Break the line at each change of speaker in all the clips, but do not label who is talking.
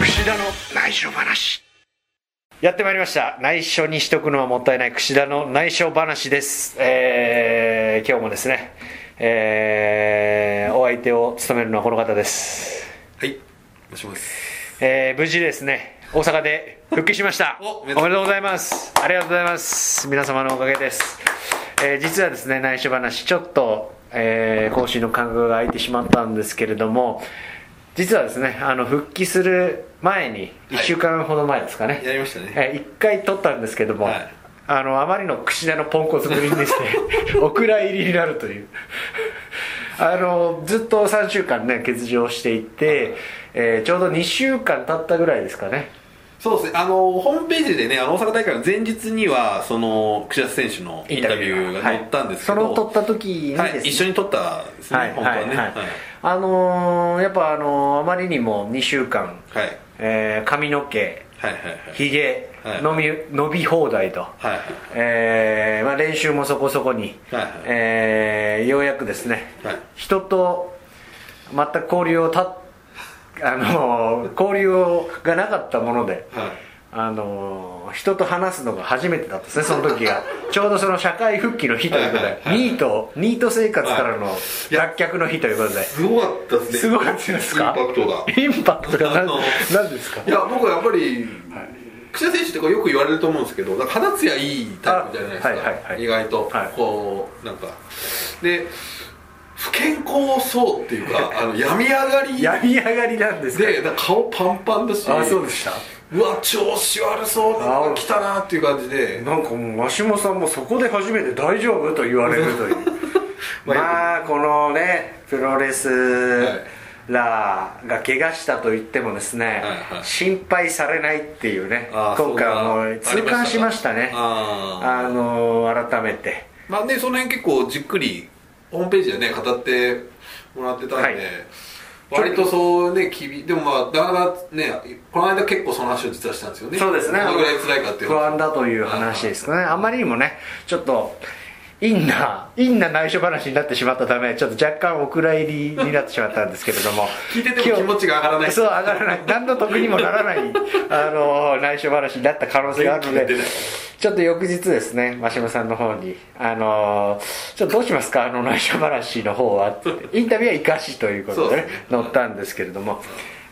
串田の内緒話やってまいりました内緒にしとくのはもったいない串田の内緒話ですえー今日もですねえーお相手を務めるのはこの方です
はい。もしもし。
えー無事ですね大阪で復帰しました
お
お
めで
めでと
とう
うございますありがとうございます皆様のおかげです、えー実はですね内緒話ちょっと、えー更新の間隔が空いてしまったんですけれども実はですねあの復帰する前に1
はい
週間ほど前ですかね、
やりましたね。
え1回撮ったんですけども、
はい
あのあまりの串田のポンコツぶりにですね お蔵入りになるというあのずっと3週間ね欠場していて、えーちょうど2週間経ったぐらいですかね
そうですね。あの、ホームページでね、あの、大阪大会の前日には、その、串田選手のインタビューが載ったんですけど、
はいその撮った時にですね、
はい、一緒に撮ったですね、
はい
本当はね。
は
はいい。
はいあのーやっぱあのーあまりにも2週間、
はい。
えー髪の毛
はい。はい。
ひげ、
はい
伸び伸び放題と、
はい。はい。
えーまあ、練習もそこそこに、
はいはい
えーようやくですね、
はい
人と全く交流をた あのー交流をがなかったもので、
はい
あのー人と話すのが初めてだったんですねその時 がちょうどその社会復帰の日ということ
はい
で
はいはい
ニートニート生活からの
はいいや
脱却の日ということです
ごかったですね。
すごかったですか
インパクトが。
インパクトが
あの
何ですか
いや、僕はやっぱり、串田選手ってこうよく言われると思うんですけど、なんか放つやいいタイプじゃないですか、
あはいはいはい
意外と、
はい
こう、なんか。で、不健康そうっていう か、あの病み上がり
病み上がりなんですか
で、なんか顔パンパンだし、
あそうでした
うわ、調子悪そう
あ
な、来たなっていう感じで、
なんかもう真下さんもそこで初めて大丈夫と言われると いうまあこのねプロレスラーが怪我したと言ってもですね、
はい
心配されないっていうね
あー
今回はも
そうだ
う痛感しましたね
あ
あのー改めて
まあね、その辺結構じっくり、ホームページでね、語ってもらってたんで、
はい
割とそうね、きびでもまあ、なかなかね、この間結構その話を実はしたんですよね。どのぐらい辛いかっていう
不安だという話ですかねあまりにもねちょっとインなインな内緒話になってしまったためちょっと若干お蔵入りになってしまったんですけれども
聞いてても気持ちが上がらない。
そう上が らない何の得にもならないあの内緒話になった可能性があるの
元気
で
が出ない
ちょっと翌日ですね真島さんの方に「あのちょっとどうしますかあの内緒話の方は」ってインタビューは生かしということでね
そうですね
載ったんですけれども、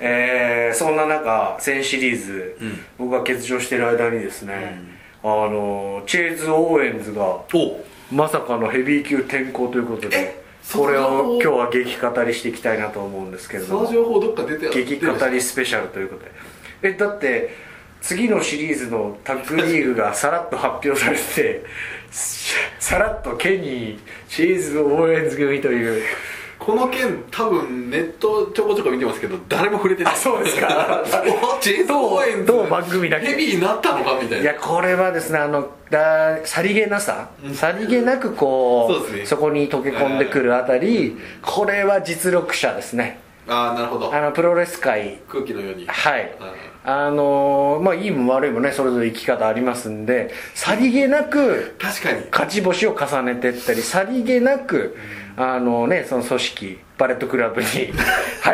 えーそんな中全シリーズ、僕が欠場してる間にですね、あのチェーズ・オーエンズが
お
まさかのヘビー級転向ということで
えそ
こ
ん
れ
なの
を今日は激語りしていきたいなと思うんですけれど
そ
も
の情報どっか出て
激語りスペシャルということでえだって次のシリーズのタッグリーグがさらっと発表されて さらっとケニーチーズ応援組という
この件多分ネットちょこちょこ見てますけど誰も触れてない
あそうです か
おジェイソンオーエンズ
どう番組だけ
ヘビーになったのかみたい
い
な
やこれはですねあのださりげなささりげなくこう
そうですね
こに溶け込んでくるあたりこれは実力者ですね
ああなるほど
あのプロレス界
空気のように
はい、あのーまあいいも悪いもねそれぞれ生き方ありますんでさりげなく
確かに
勝ち星を重ねてったりさりげなく、あのねその組織バレットクラ ブに入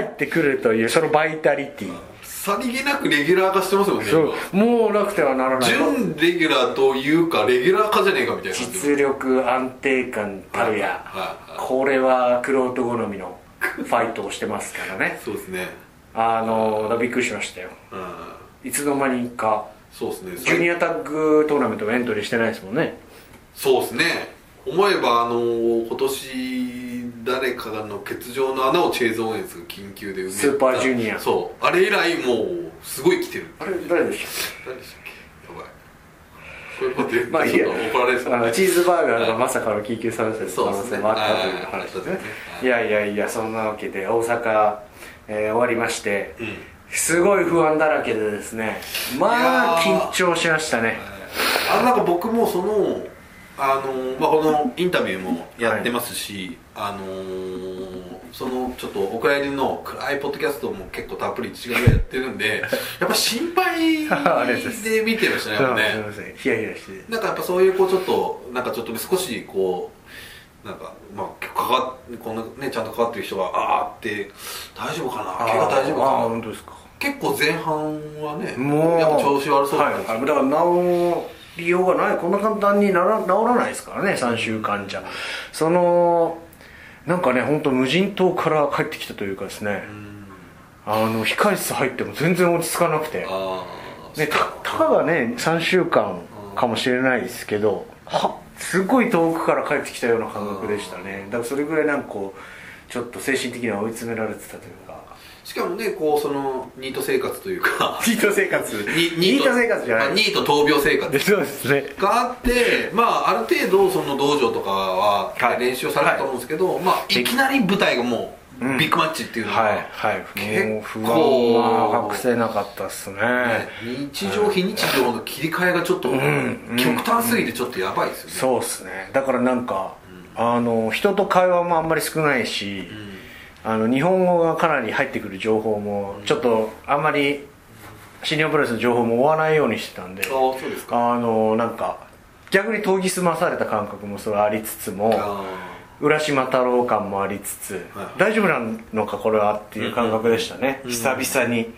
ってくるというそのバイタリティ
さりげなくレギュラー化してますもんね
そうもうなくてはならない
準レギュラーというかレギュラー化じゃねえかみたいな感じ
実力安定感たるや
はいはい
これはクロート好みのファイトをしてますからね
そうですね
あのーびっくりしましたよ
うん
いつの間にか
そうです
ジュニ
ね
アタッグトーナメントもエントリーしてないですもんね
そうですね思えばあのー今年誰かがの欠場の穴をチェイズ・オーエンズが緊急で埋めた
スーパージュニア
そうあれ以来もうすごい来てる
あれ誰でした
何でしたっけやばいこういうこと言うと
まあいい
ち
や
ょっと怒られそう
あのチーズバーガーがまさかの緊急参戦の可能性もあったという話です
そう
ね
ですねはい
いやいやいやそんなわけで大阪、えー終わりまして、
ん
すごい不安だらけでですねまあ
いやー
緊張しましたね
あのなんか僕もそのあの、まあ、このインタビューもやってますし、あのーそのちょっとお蔵入りの暗いポッドキャストも結構たっぷり1時間ぐらいやってるん でやっぱ心配
あれです
で見てましたね
すい
やっぱ
ま
ね
せんヒヤヒヤして
なんかやっぱそういうこうちょっとなんかちょっとね少しこうなんかまあわっこんな、ね、ちゃんとかかってる人がああって大丈夫かな怪我大丈夫
あー
かな
本当ですか
結構前半はね
もう
やっぱ調子悪そうだ
だ
ったん
は
ですよ、
いあだから治りようがないこんな簡単になら治らないですからね3週間じゃそのなんかね本当無人島から帰ってきたというかですねあの控室入っても全然落ち着かなくて
ああ
ね、たたかがね3週間かもしれないですけどはすごい遠くから帰ってきたような感覚でしたねだからそれぐらいなんかこうちょっと精神的には追い詰められてたというか
しかもねこうそのニート生活という か
ニート生活ニ
に
ート生活じゃな
あ
い
ニート闘病生活
でそうですね
があって、まあ、ある程度その道場とかは
はい
練習をされたと思うんですけど、いまあ、いきなり舞台がもう
うん
ビッグマッチっていうのは、
はいはいもう
結
不
構
安は隠せなかったっすね
ね日常非日常の切り替えがちょっと、
んうん
極端すぎてちょっとやばいですよね、
そうっすねだからなんか、あの人と会話もあんまり少ないし、あの日本語がかなり入ってくる情報もちょっとあんまり新日本プロレスの情報も追わないようにしてたんで
ああそうですか
あのなんか逆に研ぎ澄まされた感覚もそれはありつつも
あ
浦島太郎感もありつつ、
はい
大丈夫なのかこれはっていう感覚でしたね、久々に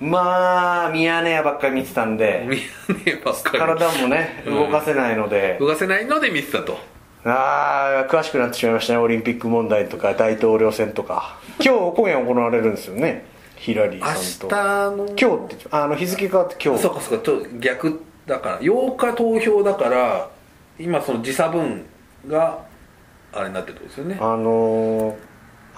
まあミヤネ屋ばっかり見てたん
ー
で
見えねばっかり
体もね動かせないので、
動かせないので見てたと
ああ詳しくなってしまいましたねオリンピック問題とか大統領選とか今日今夜行われるんですよねヒラリー
明
さんと
日の
今日ってあの日付変わって今日
そうかそうかちょっと逆だから8日投票だから今その時差分があれになってるってことですよね
あのー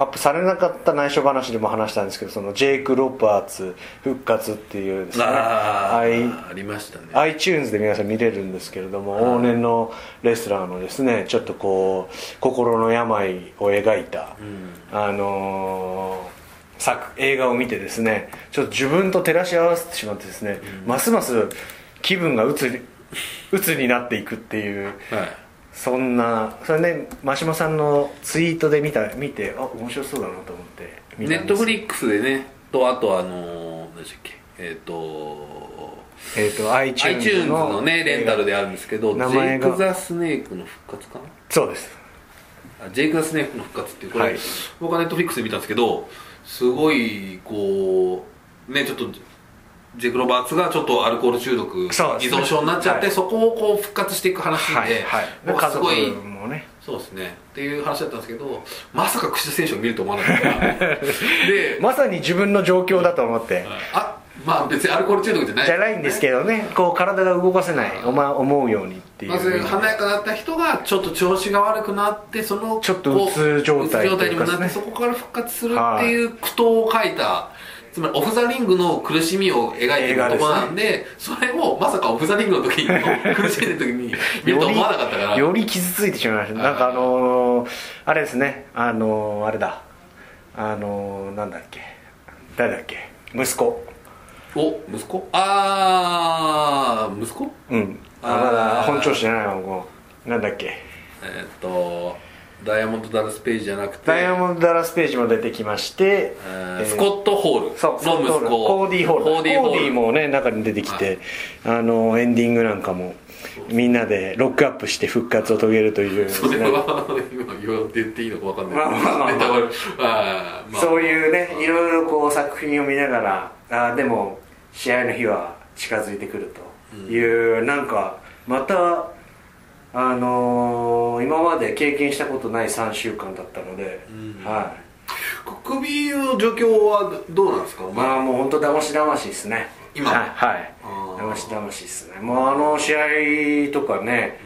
アップされなかった内緒話でも話したんですけどそのジェイク・ロバーツ復活っていうですね
あ
アイ
あありましたね
iTunes で皆さん見れるんですけれども往年のレスラーのですねちょっとこう心の病を描いた、あのー作映画を見てですねちょっと自分と照らし合わせてしまってですね、ますます気分が鬱に鬱になっていくっていう
はい
そんなそれね真島さんのツイートで見た見てあ面白そうだなと思って見
ネ
たん
ッ
で
ト
す
フリックスでねとあとあのー何でしたっけえっ、と
えっ、と iTunes の
iTunes のねレンタルであるんですけどジ
名前
ェイ
が
ク・ザ・スネークの復活かな
そうです
あジェイク・ザ・スネークの復活っていうこれ、
はい
僕はネットフリックスで見たんですけどすごいこうねちょっとジェイク・ロバーツがちょっとアルコール中毒依
そうですね
存症になっちゃって、
はい
そこをこう復活していく話で、
はいはいで
僕は
家
すごい
族もね
そうですねっていう話だったんですけどまさか櫛田選手を見ると思わなかったから で、
まさに自分の状況だと思って、
あまあ別にアルコール中毒じゃない
じゃないんですけどねこう体が動かせないおま思うようにっていう
まず華やかだった人がちょっと調子が悪くなってその
ちょっとうつ状態
うつ状態にもなっ
とい
て、
うかです
そ
ね
こから復活するっていう苦闘を書いたつまりオフ・ザ・リングの苦しみを描いて
映
る
画です
言
ね
葉なんでそれをまさかオフ・ザ・リングの時に 苦しんでる時に見る
よ
と
り
思わなかったから
より傷ついてしまいましたなんかあのーあれですねあのーあれだあのーなんだっけ誰だっけ息子
お息子ああ息子
うんあ
あー
まだ本調子じゃないわもうなんだっけ
えーっとダイヤモンド・ダラス・ページじゃなくて
ダイヤモンド・ダラスページも出てきまして、
えー
えー
スコット・ホール
そう
の息子
コーディーホール
コーディーホ
コー
ー
ディ
ル
ーもね中に出てきて、あのエンディングなんかもみんなでロックアップして復活を遂げるというです
そ
ね
れは今言っていいのかわかんない
まあまあまあ
ネタバレあーまあ
そういうねいろいろこう作品を見ながらあーでも試合の日は近づいてくるという、なんかまたあのー今まで経験したことない3週間だったので、はい
首の状況はどうなんですかお前
まあもう本当だましだましですね
今
はい、はい
あー、
だましだましですねもうあの試合とかね、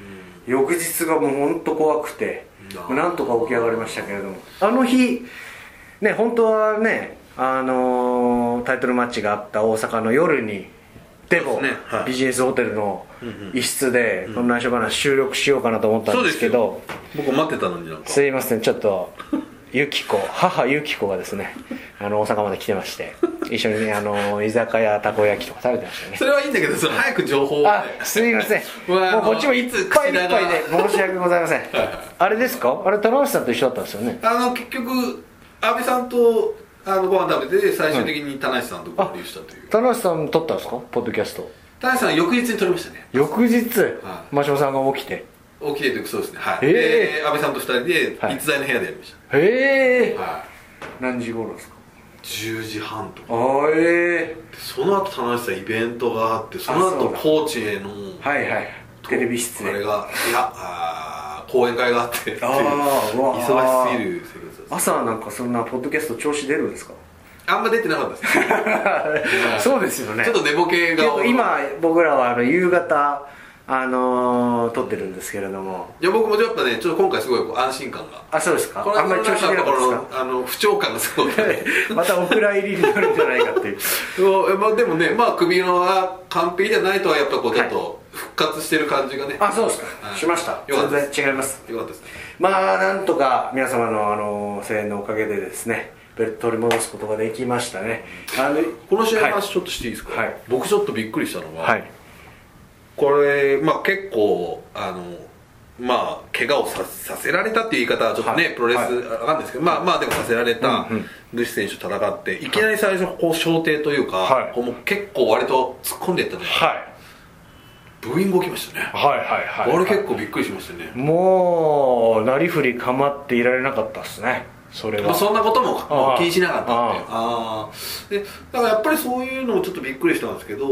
翌日がもう本当怖くて
うん
もうなんとか起き上がりましたけれどもあの日ね本当はねあのータイトルマッチがあった大阪の夜にでも
そうですねはい
ビジネスホテルの一室でこの内緒話収録しようかなと思ったんですけど
僕待ってたのになんか
すいませんちょっとゆき子母ゆき子がですねあの大阪まで来てまして一緒にねあの居酒屋たこ焼きとか食べてましたね
それはいいんだけどそれ早く情報をね
あすいません
うわ
もうこっちもいっぱいいっぱい
い
で
つ口
申し訳ございませんあれですかあれ棚橋さんと一緒だったんですよね
あの結局安倍さんとあのご飯食べて最終的に田無さんと合流したという
棚橋さん撮ったんですかポッドキャスト
田無さんは翌日に撮りましたね
翌日
はい
真島さんが起きて
起きててそうですねはい、
えー
で安倍さんと二人で
はい
逸材の部屋でやりまし
へえ
た、はい
何時頃ですか
10時半とか
ああえ
でその後田中さんイベントがあってその
あそ
後
うだ
高知への
えはいはいテレビ出
あれ
演
がいやあー講演会があってっていう
あーうわー
忙しすぎる生活です
朝はなんかそんなポッドキャスト調子出るん ですか
あんま出てなかったです
そうですよね
ちょっと寝ぼけ
結
が
構今僕らはあの夕方あのー撮ってるんですけれども
いや僕もやっぱねちょっと今回すごいこう安心感が
あそうですか
この
あんまり調子出なかった
このあの不調感がすごい
ですか またお蔵入りになるんじゃないか っていう
そうまあ、でもね、まあ、首のは完璧じゃないとはやっぱこうちょっと復活してる感じがね、
あそうです
は
か
い
しました
よかったで
全然違います
すよかったですね
まあなんとか皆様のあの声援のおかげでですねベルトを取り戻すことができましたねあの
この試合の
はい
話ちょっとしていいですか、
はい
僕ちょっとびっくりしたのは、
はい
これ、まあ、結構あのまあ怪我をささせられたっていう言い方はちょっとね、
はい
プロレス
はい
わかんないですけど、まあまあでもさせられた
うんうん
グシ選手と戦っていきなり最初こう焦点というか、
はい
こうもう結構割と突っ込んでいったじゃないですか、
はい
ブーイング起きましたね、
はいはいはい
あれ結構びっくりしましたね、
もうなりふり構っていられなかったっすねそれ
まあ、
は
そんなこと
あ
も
あ
気にしなかったんで
あ
ああでだからやっぱりそういうのもちょっとびっくりしたんですけど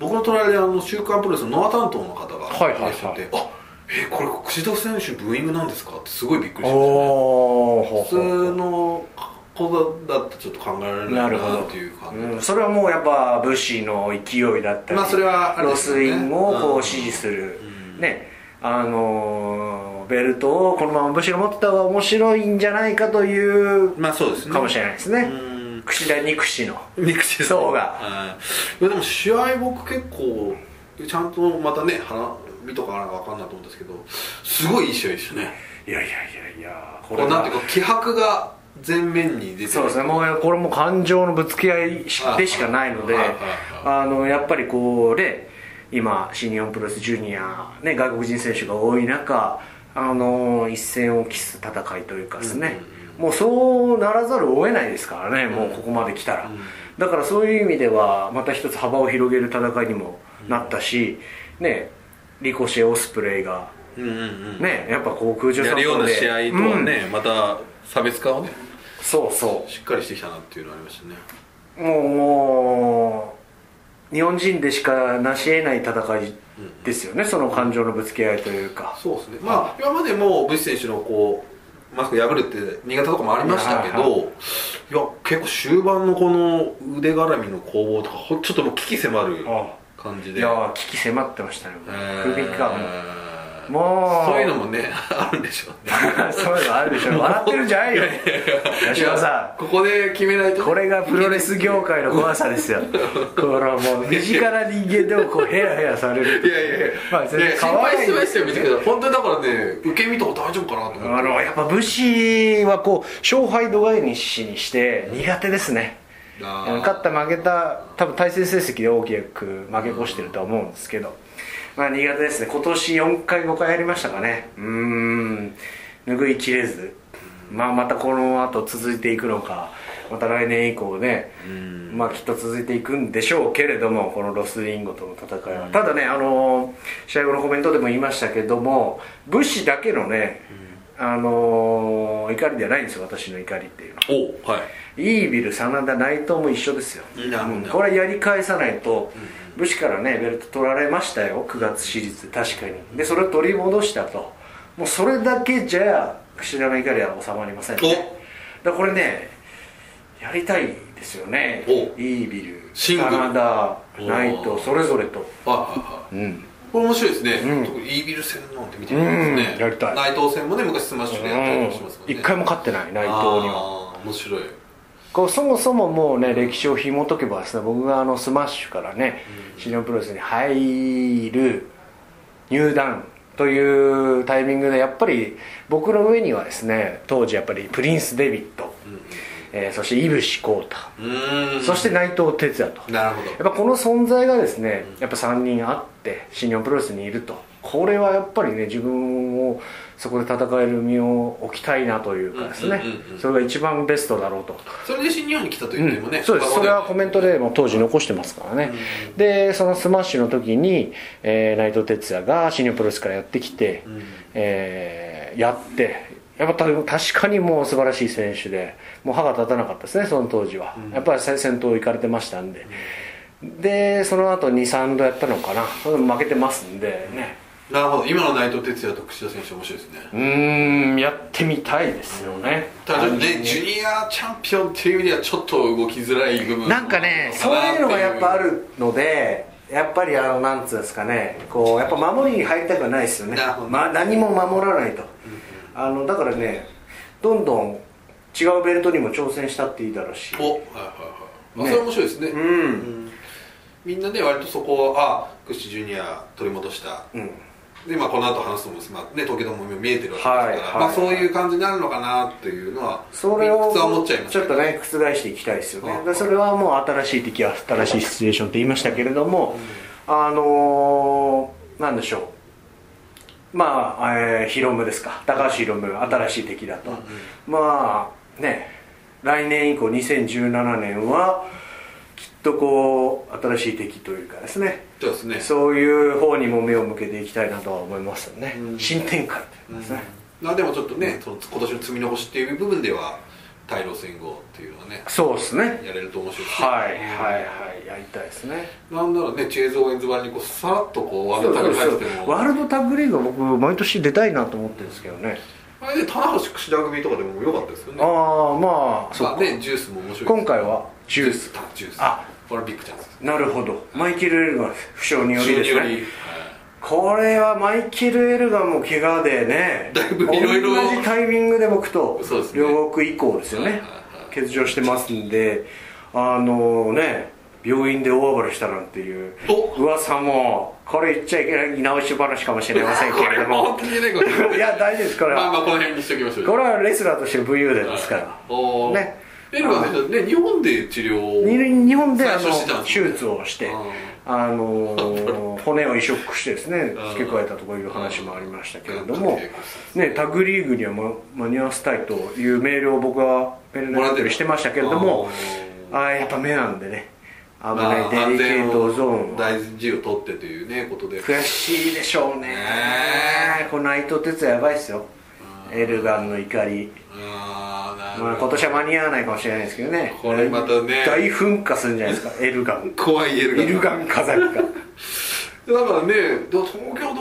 僕の隣であの週刊プロレスのノア担当の方が
はいはいはい
いらっしゃってあえこれ櫛田選手ブーイングなんですかってすごいびっくりしましたね
おお
普通のことだとちょっと考えられな
ないる
か
ほ
な
ど
っていう感じ、
うん、それはもうやっぱ武士の勢いだったり、
まあそれはあれ
ロ
ですよ
ス
ね
インをこ
う
うん支持する、
うん
ねあのーベルトをこのまま武士が持ってた方が面白いんじゃないかという
まあそうですね
かもしれないですね、
うん
櫛田憎しの
肉汁
そう
が、うんいやでも試合僕結構ちゃんとまたね花火とかなんか分かんないと思うんですけどすごいいい試合でしたね
いやいやいやいやこ
こう
れ
な
は
んていうか気迫が全面に出てる
そうですねもうこれも感情のぶつけ合いしでしかないので
はいはい
あのやっぱりこうで今新日本プロレスジュニア、ね、外国人選手が多い中あの一線を期す戦いというかですね、もうそうならざるを得ないですからね、もうここまで来たら、だからそういう意味ではまた一つ幅を広げる戦いにもなったし、ねリコシェ・オスプレイが、
うんうんうん
ね、やっぱこう空中
や
戦
るような
で
試合とはね、また差別化をね
うんそうそう
しっかりしてきたなっていうのはありましたね
もうもう日本人でしか成し得ない戦いですよね、その感情のぶつけ合いというか
そうですねまあ今までもブシ選手のこうマスク破るって新潟とかもありましたけど、
はいい
や結構終盤のこの腕絡みの攻防とかほちょっともう危機迫る
あ
感じ
い
で
やー危機迫ってましたね、
えー
首かももう
そういうのもね あるんでしょうね
も そういうのあるでしょ笑ってるんじゃないよ吉田さ
ここで決めない
ん
と
これがプロレス業界の怖さ ですよこれはもう身近な人間でもこうヘラヘラされる
いやいやいや、
まあ全
い
然
や心
可
配
愛い
してましたよ、見てください。本当にだからね、受け身とか大丈夫かなと思
あ
って。
のやっぱ武士はこう勝敗度外にしにして苦手ですね
あー
勝った負けた多分対戦成績で大きく負け越してるとは思うんですけど、まあ、苦手ですね今年4回5回やりましたかねうーん拭いきれず、まあ、またこの後続いていくのかまた来年以降ね、まあ、きっと続いていくんでしょうけれどもこのロスリンゴとの戦いは、ただね、あのー試合後のコメントでも言いましたけども武士だけのね、あのー怒りではないんですよ私の怒りっていうのは。
おはい。
イービル真田内藤も一緒ですよ、
なるほど
うんこれやり返さないと、武士からねベルト取られましたよ9月シリーズ確かにでそれを取り戻したともうそれだけじゃ櫛田の怒りは収まりませんねだからこれねやりたいですよねイ
お
ービル
シングル
真田内
お
藤それぞれと
はいはいはい。これ面白いですね。特にイービル戦なんて見てみたいですね。
うんやりたい
内藤戦もね、昔スマッシュでやったりもしますもんね。
一回も勝ってない内藤には
あー面白い。
こうそもそももうね歴史を紐解けばですね僕があのスマッシュからね新日本プロレスに入る入団というタイミングでやっぱり僕の上にはですね当時やっぱりプリンス・デビッド、えーそして井伏浩太、
うーん。
そして内藤哲也と
なるほど。
やっぱこの存在がですねやっぱ3人あって新日本プロレスにいるとここれはやっぱりね自分をそこで戦える身を置きたいなというかですね
うんうんうんうん
それが一番ベストだろうと
それで新日本に来たと言ってもね、
そうですそれはコメント
で
でも当時残してますからね、でそのスマッシュの時に、えー内藤哲也が新日本プロレスからやってきて、
ん
えーやってやっぱ確かにもう素晴らしい選手でもう歯が立たなかったですねその当時は、やっぱり先頭行かれてましたんで、でその後23度やったのかなそれでも負けてますんでね
なるほど今の内藤哲也と櫛田選手面白いですね
うーんやってみたいですよね、
ただちょっとねジュニアチャンピオンっていう意味ではちょっと動きづらい部分も
なんかね
ある
そう
かな
いうのがやっぱあるのでやっぱりあのなんつうんですかねこうやっぱ守りに入りたくはないですよね
なるほど、
ま、何も守らないと、あのだからねどんどん違うベルトにも挑戦したっていいだろうし
おはいはいはい、まあ
ね
それ面白いですね、
うん
みんなね割とそこをあ櫛田ジュニア取り戻した、
うん
でまあこの後話すのも、まあね、時計のも見えてるわけですから、
はいはい
まあ、そういう感じになるのかなっていうのは
それを
普通は思っちゃいます
ちょっとね覆していきたいですよ
う
ね
ん
でそれはもう新しい敵は新しいシチュエーションって言いましたけれども、あのー、なんでしょうまあ、えー、ヒロムですか高橋ヒロム新しい敵だと、まあね来年以降2017年はきっとこう新しい敵というかですね
そうですね
そういう方にも目を向けていきたいなとは思いますよね、新展開というかですね、
まあでもちょっとねその今年の積み残しっていう部分では大老戦後っていうのはね
そうですね
やれると面白いですね
はいはいはいやりたいですね
なんならねチェーズ・オーエンズ版にこうさらっとこうワールドタイム入ってて
ワ
も
ールドタッグリーグは僕毎年出たいなと思ってるんですけどね
あれで棚橋櫛田組とかでも良かったですよね
ああまあそう
まあ
か
ねジュースも面白いです
今回はジュース
タジュース
あ
これはビッグチャンスです
なるほどマイケル・エルガン負傷によりです
非常によ
ね
り
これはマイケル・エルガンも怪我でね
だいぶいろいろ
同じタイミングで僕と
そうですね
両国以降ですよ
はいは
ね
いは
欠場してますんであのね病院で大暴れしたなんていう
お
噂もこれ言っちゃいけない直し話かもしれませんけ
こ
れ
れ
ど
も
も
本当にねこれ
いや大丈夫ですこれは
まあまあこの辺にしておきましょう
これはレスラーとして武勇伝ですから、
おー
ね
エルガー選手はね日本で治療を
に日本であの
最初してたんですね
手術をして
うん
あの ー骨を移植してですね付け加えたとかいう話もありましたけれどもねタッグリーグには間間に合わせたいというメールを僕はメールでやり取りしてましたけれども
も
あーやっぱ目なんでね危
まあ
ないデリケートゾーン
安全を
は
大事を取ってというねことで
悔しいでしょうね
ね
この内藤哲也やばいですよエルガンの怒り
ああなるほ
まあ、
ど
今年は間に合わないかもしれないですけどね
これまたね
大噴火するんじゃないですかエルガン
怖 いエルガ
エルガン飾りか
だからねだ東京ド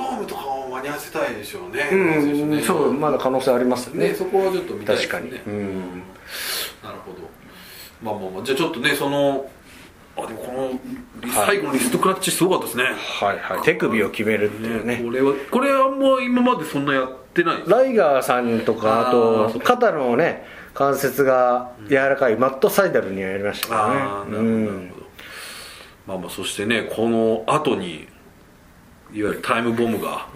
ームとかを間に合わせたいでしょうね
うん
ね
そうまだ可能性ありますよね
ねそこはちょっと見たいです
確
ね
かに、うん
なるほどまあまあまあじゃあちょっとねそのあでもこの、最後のリストクラッチすごかったですね
はいはい手首を決めるっていうね
これはこれはもう今までそんなやってないです
ライガーさんとかあ
あー
と
そ
肩のね関節が柔らかいマットサイダルにはやりました
あ
か
あ
ら
なるほ
ねう
どなる
ん
ほどまあまあそしてねこの後にいわゆるタイムボムが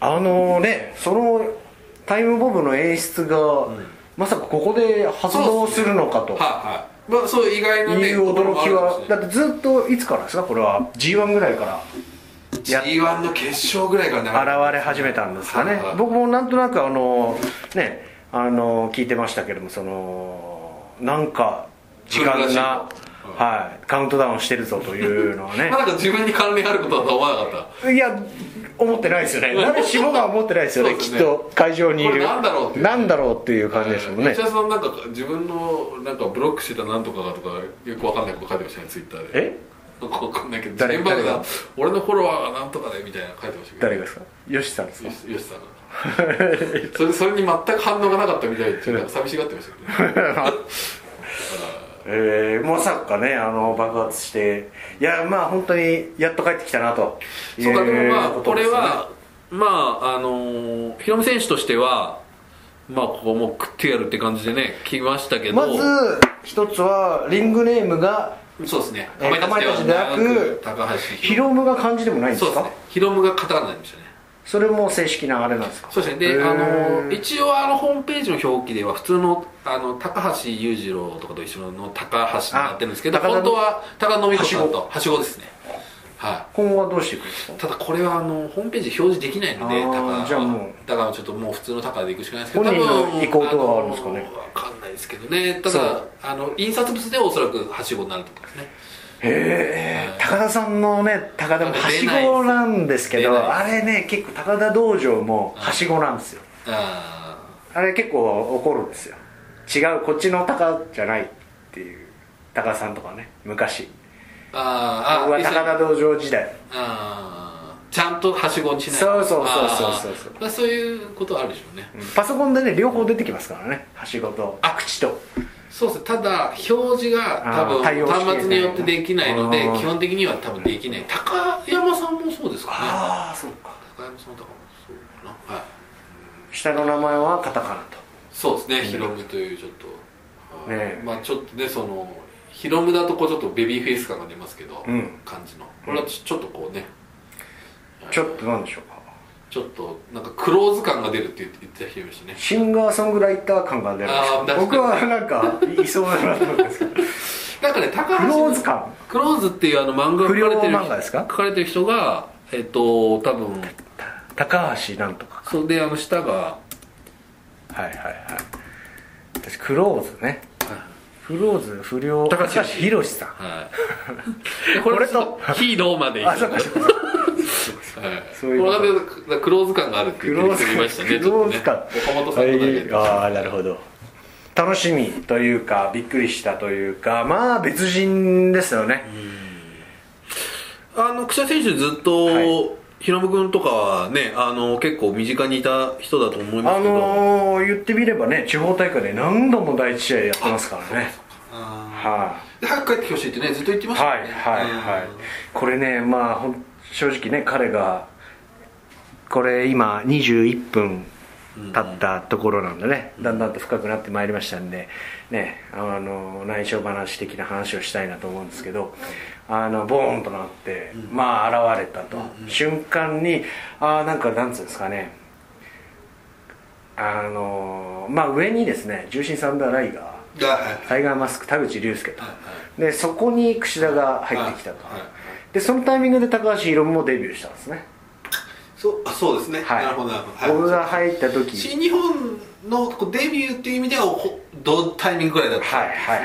あのねそのタイムボブの演出が、まさかここで発動するのかと、
はいはいまあそういう意外なね
いう驚きはだ
っ
ってずっといつからですかこれは g 1ぐらいから
て G1 の決勝ぐらいからね
現れ始めたんですか
は
ね
いはい
僕もなんとなくあのねあの聞いてましたけどもそのなんか時間
来るらしいと
がはいカウントダウンしてるぞというのはね
まあなんか自分に関連あることだとは思わなかった
いや思ってないですよね誰しもが思ってないですよね
そう
き
で
っ
すね
と会場にい
こ
る
れなんだろうっていう
なんだろうっていう感じですもんね
内田さんなんか自分のなんかブロックしてたなんとかがとかよくわかんないこと書いてましたねツイッターで
え
なんかわかんないけど
誰
現場で
誰が
俺のフォロワーがなんとかでみたいなの書いてましたけど
誰がですか吉さんですか
よしよしさんがそれそれに全く反応がなかったみたいでなんか 寂しがってましたけどね
えー、まさかねあの爆発していやまあ本当にやっと帰ってきたなと
そうだでもまあ
いう
こ
とで
れ
すね
はまああのーヒロミ選手としてはまあここもう食ってやるって感じでね来ましたけど
まず一つはリングネームが
そうですね
えー
かまいたちでは高橋
ヒロムが漢字でもないんで
そう
す
です
か
ねヒロムがカタカナになりましたね
それも正式なあれなんですか
そうですね
へ
で
ー
あの一応あのホームページの表記では普通のあの高橋裕次郎とかと一緒の高橋になってるんですけど
あ高田
本当は高野美子さん
はし
とはしごですねは
今後はどうしていくんですか
い、ただこれはあのホームページで表示できないので
あー
タカは
じゃあも
だからちょっともう普通のタカで行くしかないですけど
本人の
多分
意向とかはあるんですかね
のわかんないですけどねた
そ
だ
う
あの印刷物ではおそらくはしごになると思いますね
へえ高田さんのね高田もはしごなんですけ
出ないで
ど
す
あれね結構高田道場もはしごなんですよ
あ
あれ結構怒るんですよ違うこっちの高田じゃないっていう高田さんとかね昔
ーあー
僕は
あ
高田道場時代
あーちゃんとはしごにしない
そうそうそうそう
あー
そうそう
まあそういうことはあるでしょうね、
パソコンでね両方出てきますからねはしごとあ口と
そうですねただ表示が多
あー
分
対応してない
端末によってできないので
あー
基本的には多分できない高山さんもそうですかね
ああそうか
高山さんとかもそうかなはい
下の名前はカタカナと
そうですねヒロムというちょっと、
ねえ
まあちょっとねそのヒロムだとこうちょっとベビーフェイス感が出ますけど、
うん
感じのこれはちょちょっとこうね
ちょっとなんでしょうか
ちょっとなんかクローズ感が出るって言ってた人いましたね
シンガーソングライター感が出るんです
あー確
け
か
ど
に
僕はなんかいそうだなと思うん ですけどク
なんかね高橋
ロ
の
ーズ感
クローズっていうあの漫画を書かれて
不
る
良漫画ですか
書かれてる人がえっ、と多分
高橋なんとか
それであの下が
はいはいはい私クローズねクローズ不良
高橋宏
宏さん
はい でこれ
これ
は
と
ちょっとヒーローまでい
あそうかそうか
はい、
そういうこ
ことれがだクローズ感があるって言ってる人いましたね
クローズ感
ちょっとね岡本さんとかで、
ああなるほど楽しみというかびっくりしたというかまあ別人ですよね
あの草選手ずっと、
はい
平野君とかはねあの結構身近にいた人だと思いま
あ
すけど、
のー、言ってみればね地方大会で何度も第一試合やってますからね
あ
はい、
ー早く帰ってほしいってねずっと言ってました
はい
よね
はいはいこれねまあほん正直ね彼がこれ今21分経ったところなんでね、だんだんと深くなってまいりましたんでねあの内緒話的な話をしたいなと思うんですけどあのボーンとなって、まあ現れたと、瞬間にああなんかなんつうんですかねあのまあ上にですね重心サンダーライガ
う
ー
んはいはいはい
タイガーマスク田口竜介と、
は
でそこに櫛田が入ってきたと、
はいはい
でそのタイミングで高橋宏夢もデビューしたんですね
そうあそうですね、
はい
なるほどなるほど、はい
僕が入った時
新日本のこうデビューっていう意味ではほどタイミングぐらいだった
はいはいはい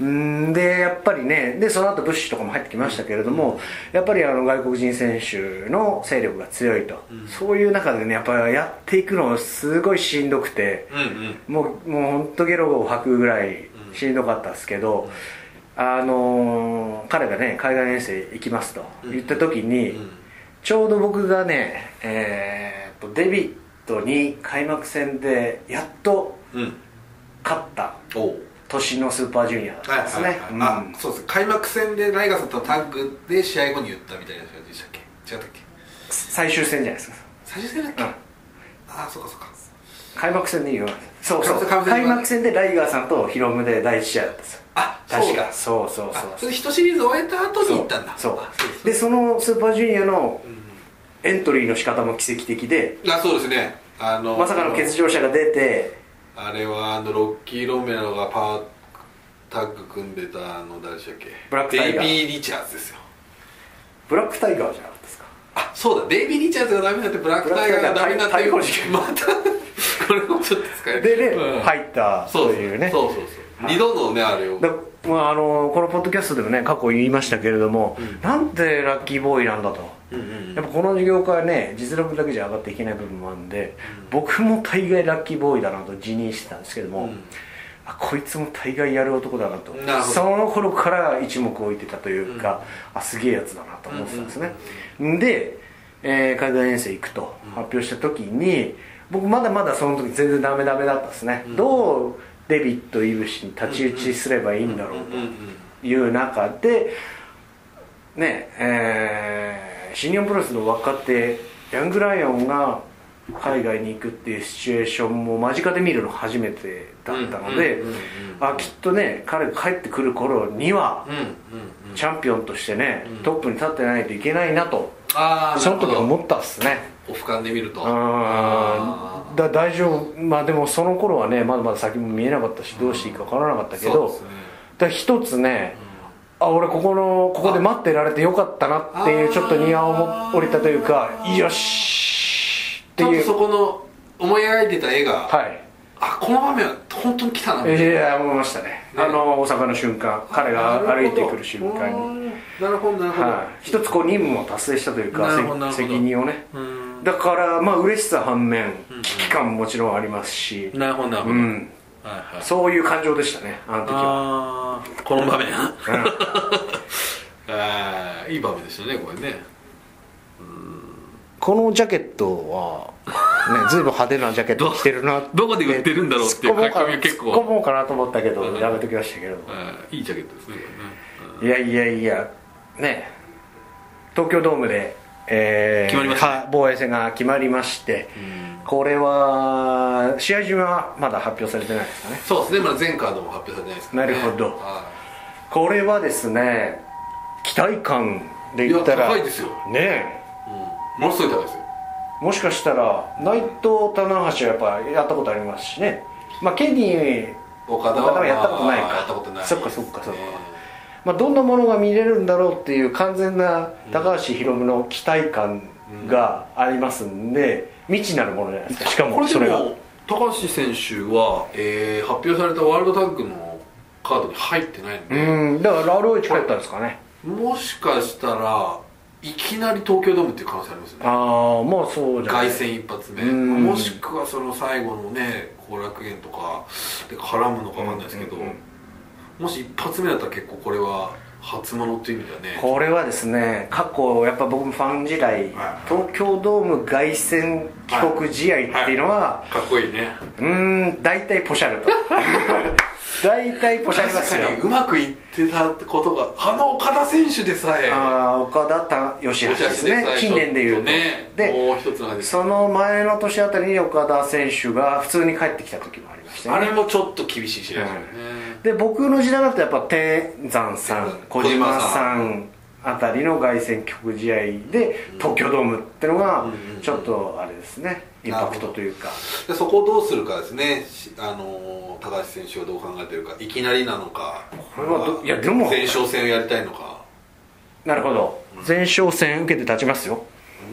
うんでやっぱりねでその後ブッシュとかも入ってきましたけれども、やっぱりあの外国人選手の勢力が強いと、そういう中でねやっぱりやっていくのすごいしんどくて、
うんうん
もうもう本当ゲロを吐くぐらいしんどかったんですけど、あのー彼がね海外遠征行きますと言った時に、
ん
ちょうど僕がね、えーっとデビットに開幕戦でやっと
うん
勝った
おう
年のスーパージュニアだったんですね、うん
あそうです開幕戦でライガーさんとタッグで試合後に言ったみたいなやつでしたっけ違ったっけ
最終戦じゃないですか、
最終戦だっけ、
うん
ああそうかそうか
開幕戦で言わないそうそう
開幕戦
開幕戦でライガーさんとヒロムで第一試合だったんですよ
あそ
確
う
か
だ
そうそうそう
あそれで一シリーズ終えた後に行ったんだ
そう
あそう
で
です
そのスーパージュニアのエントリーの仕方も奇跡的で
あそうですねあの
まさかの欠場者が出て
あれはあのロッキー・ロメロがパータッグ組んでたあの誰でしたっけ
ブラックタイガー
デイビー・リチャーズですよ
ブラックタイガーじゃなかったですか
あそうだデイビー・リチャーズがダメになってブラックタイガーがダメになって
ブラックタイガー対抗事件
またこれもちょっと使え
でね、
うん
入った
そ
と
うです
いうね
そうそうそう二度のねあれを
だまあ、あのこのポッドキャストでもね過去言いましたけれども、なんでラッキーボーイなんだと、
うんうん
やっぱこの業界はね実力だけじゃ上がっていけない部分もあるんで、僕も大概ラッキーボーイだなと辞任してたんですけども、
ん
あこいつも大概やる男だなと
なるほど
その頃から一目置いてたというか、あすげえやつだなと思ってたんですね、で、えー海外遠征行くと発表した時に僕まだまだその時全然ダメダメだったんですね、どうデビッド・イブシに太刀打ちすればいいんだろ
う
う
んうん
という中でねえー新日本プロレスの若手ヤングライオンが海外に行くっていうシチュエーションも間近で見るの初めてだったので
うんうんうんうん
あきっとね彼が帰ってくる頃には
うんうんうん
チャンピオンとしてねトップに立ってないといけないなと
ああ
その時思
っ
ったっすね
オフ感で見ると
あ
あ
ーだ大丈夫まあでもその頃はねまだまだ先も見えなかったしどうしていいか分からなかったけ
そう
ど
ですね
だから一つね、あ俺ここのここで待ってられてよかったなっていう
あ
ちょっとニアを降りたというかよしって
多
い
分そうこの思い描いてた絵が、
はい
あこの場面は本当に来たなみたいな、
ええ思いましたねあの大阪の瞬間彼が歩いてくる瞬間に
になるほどなるほど、
はい、一つこう任務を達成したというか
なるほどなるほど
責任をね
うん
だからまあ嬉しさ反面危機感ももちろんありますし
なるほどなるほ
う
ど、
ん
はいはい
そういう感情でしたねあの時は
あーこの場面 あーいい場面ですよねこれね
このジャケットは、 ね、ずいぶん派手なジャケット着てるな
どこ で売ってるんだろうっていう書き込みが結
突っ込
構
もうかなと思ったけどやめときましたけど
あーいいジャケットですねこれね
いやいやいやね東京ドームで、えー
決まりましたね
は防衛戦が決まりまして
うん
これは試合順はまだ発表されてないですかね
そうですねまだ全カードも発表されてないですからね
なるほど
は
これはですね期待感
い
で
いや
言ったら
高いですよ、
ねえ
うん、ものすごい高いですよ
もしかしたら内藤棚橋はやっぱやったことありますしねまあケニー、
岡田
岡田
は
はやったことないか
まあやったことない
そっかそっかそっか
ね
まあ、どんなものが見れるんだろうっていう完全な高橋宏夢の期待感がありますんで未知なるものじゃないですかしか
こ
も
れで
それが
も高橋選手は、えー発表されたワールドタッグのカードに入ってないので、
うんだから ROH 帰ったんですかね
もしかしたらいきなり東京ドームっていう可能性ありますよね
ああもうそうじゃな
凱
い
旋一発目
うん
もしくはその最後のね後楽園とかで絡むのかわかんないですけど、
うんうんうん
もし一発目だったら結構これは初物っていう意味ではね
これはですね過去やっぱ僕もファン時代
はい
東京ドーム凱旋帰国試合っていうのは
かっこいいね
うーん大体ポシャ ると大体ポシャります
確
よ
かにうまくいってたことがあの岡田選手でさえ
ああ岡田た義橋ですね近年でいうと
ね
で
もう一つなんです
その前の年あたりに岡田選手が普通に帰ってきた時もありました
あ
ね
れもちょっと厳しい試合ですよね、
で僕の時代だとやっぱ天山さん
小
小
島
島
さ
さんあたりの凱旋曲試合で東京ドームってのがちょっとあれですねインパクトというか
でそこをどうするかですね、しあのー高橋選手がどう考えてるか、いきなりなのか、
これはどいやでも
前哨戦をやりたいのか、
なるほど前哨戦受けて立ちますよ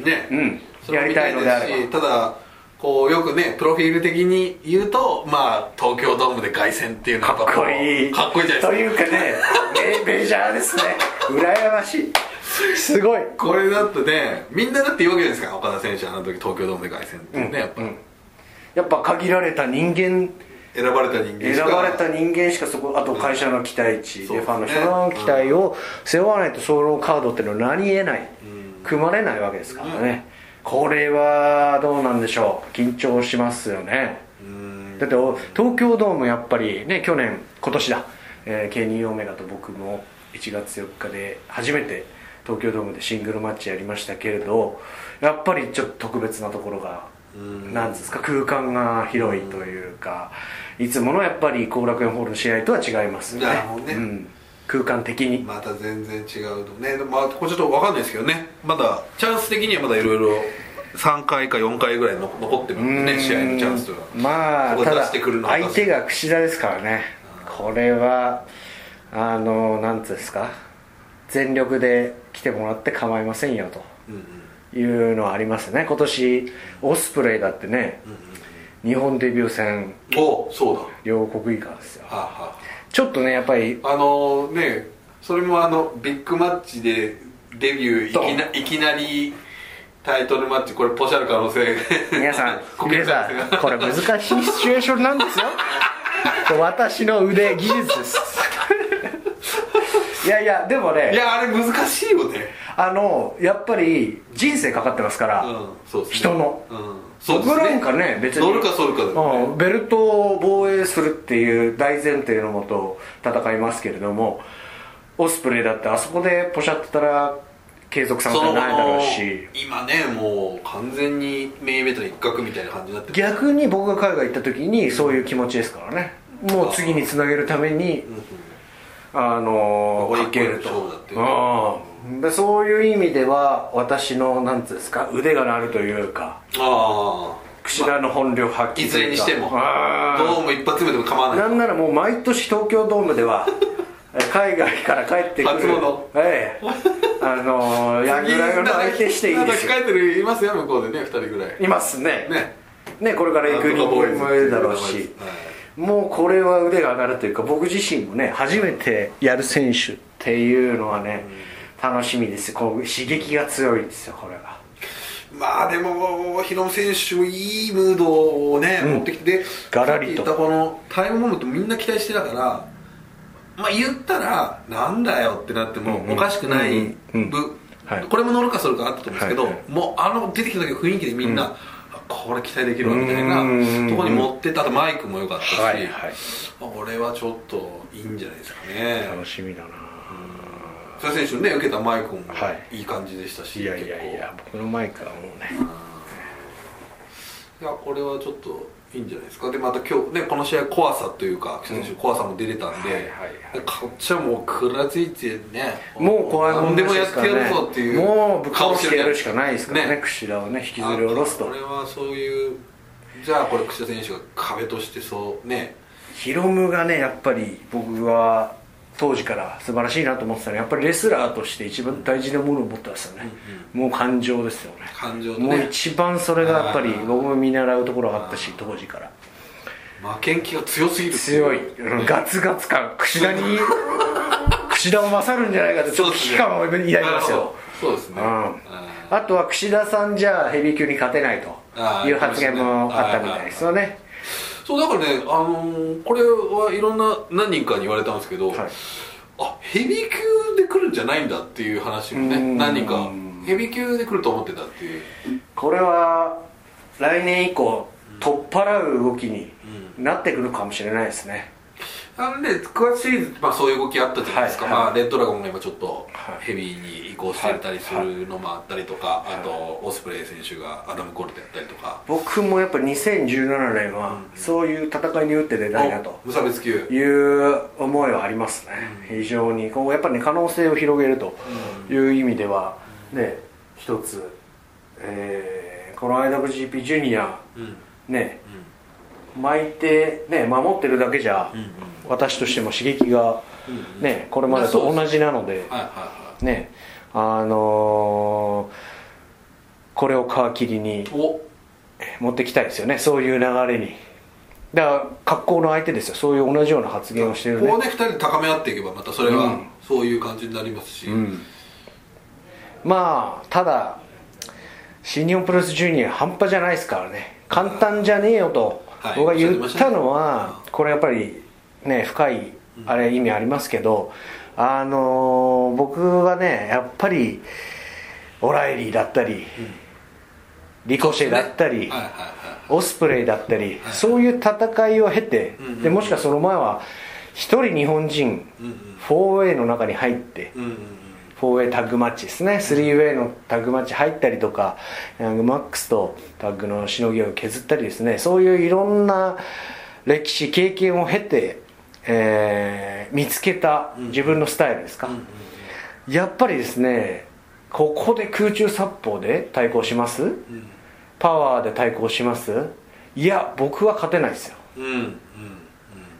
ね、
うん
それも見たいで
やりたいの
す
であれ
し、ただ、こうよくね、プロフィール的に言うと、まあ、東京ドームで凱旋っていうのは
かっこいい
かっこいいじゃないですか。
というかねメメジャーですね羨ましいすごい
これだってね、みんなだって言うわけじゃないですか、岡田選手、あの時東京ドームで凱旋っていうね、やっぱ、
うんやっぱ限られた人間
選ばれた人間し
選
か
ばれた人間しかそこあと会社の期待値で
そうですね
ファンの人の期待を背負わないとそのカードっていうのはなり得ない
ん
組まれないわけですからねこれはどうなんでしょう緊張しますよね
うん
だってお東京ドームやっぱりね去年今年だ、えー、ケニー・オメガと僕も1月4日で初めて東京ドームでシングルマッチやりましたけれどやっぱりちょっと特別なところが
うん
なんですか空間が広いというかいつものやっぱり後楽園ホールの試合とは違いますよね
なるほどね
うん、空間的に、
また全然違うとねでもまあこれちょっと分かんないですけどねまだチャンス的にはまだいろいろ3回か4回ぐらいの残ってるんでね
うん
試合のチャンスというのは
まあ
ここ
た
で出
だ
してくるのは
相手が櫛田ですからねこれはあのなんつうんですか全力で来てもらって構いませんよ
うんうん
というのはありますね今年オスプレイだってね日本デビュー戦
おそうだ
両国以下ですよ
はあ、は
ちょっとねやっ ぱり
あ、あのねそれもあのビッグマッチでデビュ
ドン
ーいきないきなりタイトルマッチこれポシャる可能性
皆さん
こけ
皆
ちゃ
さ
うんですが
これ難しいシチュエーションな んですよこれ私の腕技術です いやいやでもね
いやあれ難しいよね
あのやっぱり人生かかってますから、
うんそうですね
人の
うんそうですね
僕なんかね別に
乗るか反るかだよね
うんベルトを防衛するっていう大前提のもと戦いますけれどもオスプレイだってあそこでポシャってたら継続されてないだろうし
今ねもう完全にメインイベントの一角みたいな感じになってる
逆に僕が海外行った時にそういう気持ちですからねもう次につなげるために
うんうん
あの
ここ
ー
に
かけると
こういう勝負だっていう
うんでそういう意味では私のなんつうんですか腕が鳴るというか
あ
櫛田の本領発
あ
揮
い
と
ずれ
いうか
にしても
あー
どうも一発目でも構わない
なんならもう毎年東京ドームではえー海外から帰ってくる
初物
ええあのヤングライオンの相手していいですよ
なんか控えてるいますよ向こうでね2人ぐらい
いますね
ね
ねこれから行く
なん
人
とかボーイズ
もいるだろうしもうこれは腕が上がるというか僕自身もね初めてやる選手っていうのはね、楽しみですこう刺激が強いですよこれは
まあでも、ヒロム選手もいいムードをね、
うん
持ってきて、で
ガラリと
さっき言ったこのタイムボムとみんな期待してたから、まあ言ったら、なんだよってなっても
うんうん
おかしくない、
うんうん
ぶ
はい
これも乗るかそれかあったと思うんですけど、
はいはい
もうあの出てきた時の雰囲気でみんな、あこれ期待できるわみたいな
うん
ところに持ってった、あとマイクも良かったし、
はいはい
まあ俺はちょっといいんじゃないですかね。
楽しみだな
そ選手のね、受けたマイクも
はい
いい感じでしたし、
いやいや
結
い
構
や僕のマイクはもうね
いやこれはちょっといいんじゃないですかでまた今日ねこの試合怖さというか北選手怖さも出れたんで、
はいはいはい
こっちはもうくらついてね
もう怖いも
何
ん
で
な
も
し
や
で
っ
す
て
からね
やるぞっていう
もうぶっ
顔
壊
し
してて
る
やるしかないですからね
ね
櫛田をね引きずり下ろす
あ
と
これはそういうじゃあこれ櫛田選手が壁としてそうね
ヒロムがねやっぱり僕は当時から素晴らしいなと思ってたのはやっぱりレスラーとして一番大事なものを持ってましたね、もう感情ですよね
感情とね
もう一番それがやっぱり
あー
僕も見習うところがあったし当時から
負けん気が強すぎるってう
強いうんガツガツ感櫛田に櫛田を勝るんじゃないかとちょっと危機感を抱いてますよ
そうですね
うん
あー
あとは櫛田さんじゃヘビー級に勝てない
あ
と
ー
いう発言もあったみたいですよね
そうだからね、あのーこれはいろんな何人かに言われたんですけど、
はい
あヘビー級で来るんじゃないんだっていう話もね
うん
何人かヘビー級で来ると思ってたっていう、
これは来年以降取っ払う動きになってくるかもしれないですね、
なんで詳しい、まあ、そういう動きあったじゃないですか、
はいはい
まあ、レッドドラゴンが今ちょっと
はい
ヘビーに移行してたりするのもあったりとか、あとオスプレイ選手がアダム・コールトやったりとか、
僕もやっぱ2017年はそういう戦いに打って出たいなと
無差別級
いう思いはありますね、非常にこうやっぱりね可能性を広げるという意味ではね一つ、えーこの IWGP ジュニア
うんうん
ね巻いてね守ってるだけじゃ、
うん
私としても刺激が
うん
ねこれまでと同じなので、
はいはいは
ねあのーこれを皮切りに
いお
持ってきたいですよねそういう流れにだから格好の相手ですよそういう同じような発言をしてるね
こうね2人で高め合っていけばまたそれ
う
は
ん
そういう感じになりますし、
うんまあただ新日本プロレスジュニア半端じゃないですからね簡単じゃねえよと
はい
僕が言
おっしゃったて
っ
ましたね
のはこれやっぱりね深いあれ意味ありますけどあのー僕はねやっぱりオライリーだったりリコシェだったり
はいはいはい
オスプレイだったりそういう戦いを経て
うんうん
でもしかその前は一人日本人
うん
4A の中に入って
うんうんうん
4ウェイタッグマッチですね3ウェイのタッグマッチ入ったりとかヤングマックスとタッグのしのぎを削ったりですねそういういろんな歴史経験を経て、えー見つけた自分のスタイルですか、やっぱりですねここで空中殺法で対抗します
うん
パワーで対抗しますいや僕は勝てないですよ
うんうんうん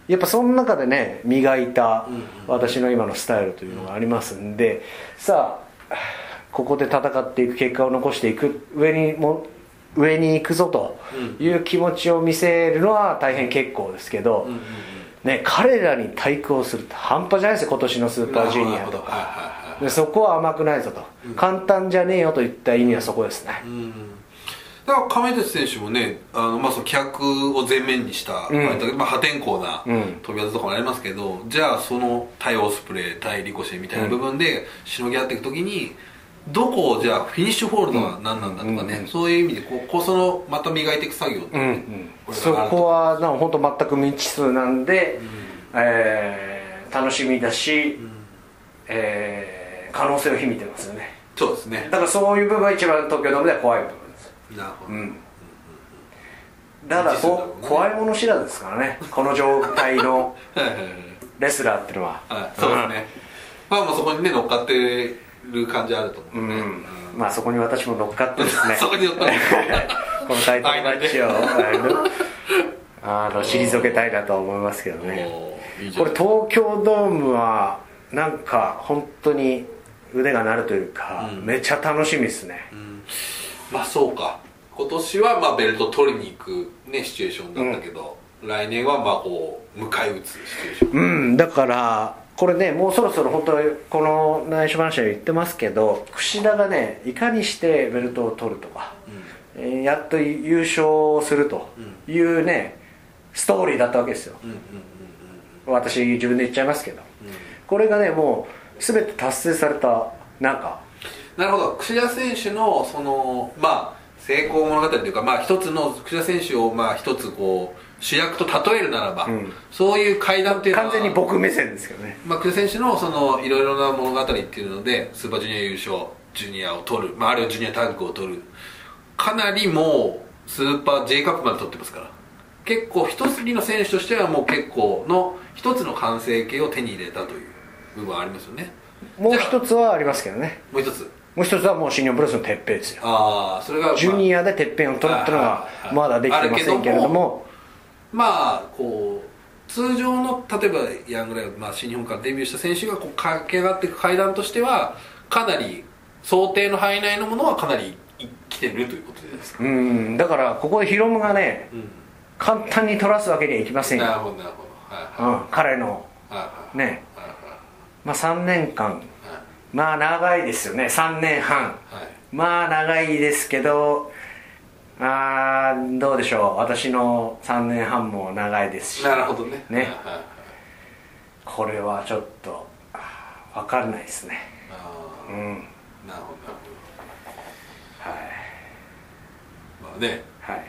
やっぱその中でね磨いた
うんうん
私の今のスタイルというのがありますんで、さあここで戦っていく結果を残していく上にも上に行くぞという気持ちを見せるのは大変結構ですけど、
うんうん
ね、彼らに対抗するって半端じゃないですよ今年のス
う
ー
ん
パージュニア
なるほど
と
はい
か
はいは
でそこは甘くないぞと、簡単じゃねえよといった意味はそこですね、
いうんだから亀渕選手もねあの、まあ、その規約を前面にした、
ん
割とまあ、破天荒な
うん
飛び技とかもありますけど、じゃあその対オスプレイ対リコシェみたいな部分でしのぎ合っていく時にどこをじゃあフィニッシュホールドは何なんだとかね、
うん
そういう意味でこうこうそのまた磨いていく作業って
う
ね、
んうん
これ
そ
があると
こはなんか本当全く未知数なんで、えー楽しみだし、えー可能性を秘めてますよね
そうですね
だからそういう部分が一番東京ドームでは怖い部分です
なるほど、
うん
未知数だもんね
だからこ怖いもの知らずですからねこの状態の
はいはいはい
レスラーっていうのは、
はい、そうですね、まあもうそこにね乗っかってる感じあると
う、
思うんね、
まあそこに私も乗っかってですね
そこに乗っかって
このタイトルマッチをあのあの退けたいなとは思いますけどね
おーいいじゃ
こ
ん
れ東京ドームはなんか本当に腕が鳴るというか、
うん
めちゃ楽しみですね、
まあそうか今年はまあベルト取りに行くねシチュエーションだったけど、来年はまあこう迎え撃つシチュエーション
うん、だからこれねもうそろそろ本当にこの内緒話は言ってますけど櫛田がねいかにしてベルトを取るとか、えーやっと優勝するというね、ストーリーだったわけですよ、
うんうん
私自分で言っちゃいますけど、これがねもう全て達成された中
なるほど櫛田選手のそのまあ成功物語というかまあ一つの櫛田選手をまあ一つこう主役と例えるならば、
ん
そういう階段というのは
完全に僕目線ですけどね
まあ、久世選手のそのいろいろな物語っていうのでスーパージュニア優勝ジュニアを取る、まあ、あるいはジュニアタッグを取るかなりもうスーパー J カップまで取ってますから結構一筋の選手としてはもう結構の一つの完成形を手に入れたという部分はありますよね
もう
じゃ
一つはありますけどね
あもう一つ
もう一つはもう新日本プロレスのてっぺんですよ
ああそれが、まあ、
ジュニアでてっぺんを取るっていうのがまだできてませんけれども
まあこう通常の例えばヤングライオン、まあ、新日本からデビューした選手がこう駆け上がっていく階段としてはかなり想定の範囲内のものはかなり生きてるということじゃないですか、
うんだからここでヒロムがね簡単に取らすわけにはいきません
なる
よ、
ほどなるほどはいは
うん、彼の
いはい
ね、
はい
まあ、3年間
はい
まあ長いですよね3年半
はいはい
まあ長いですけどあーどうでしょう私の3年半も長いですし
なるほどね
ね
はいはいはい
これはちょっと分かんないですね
あ
うん
ーなるほどなる
はい
ほどまあね
はい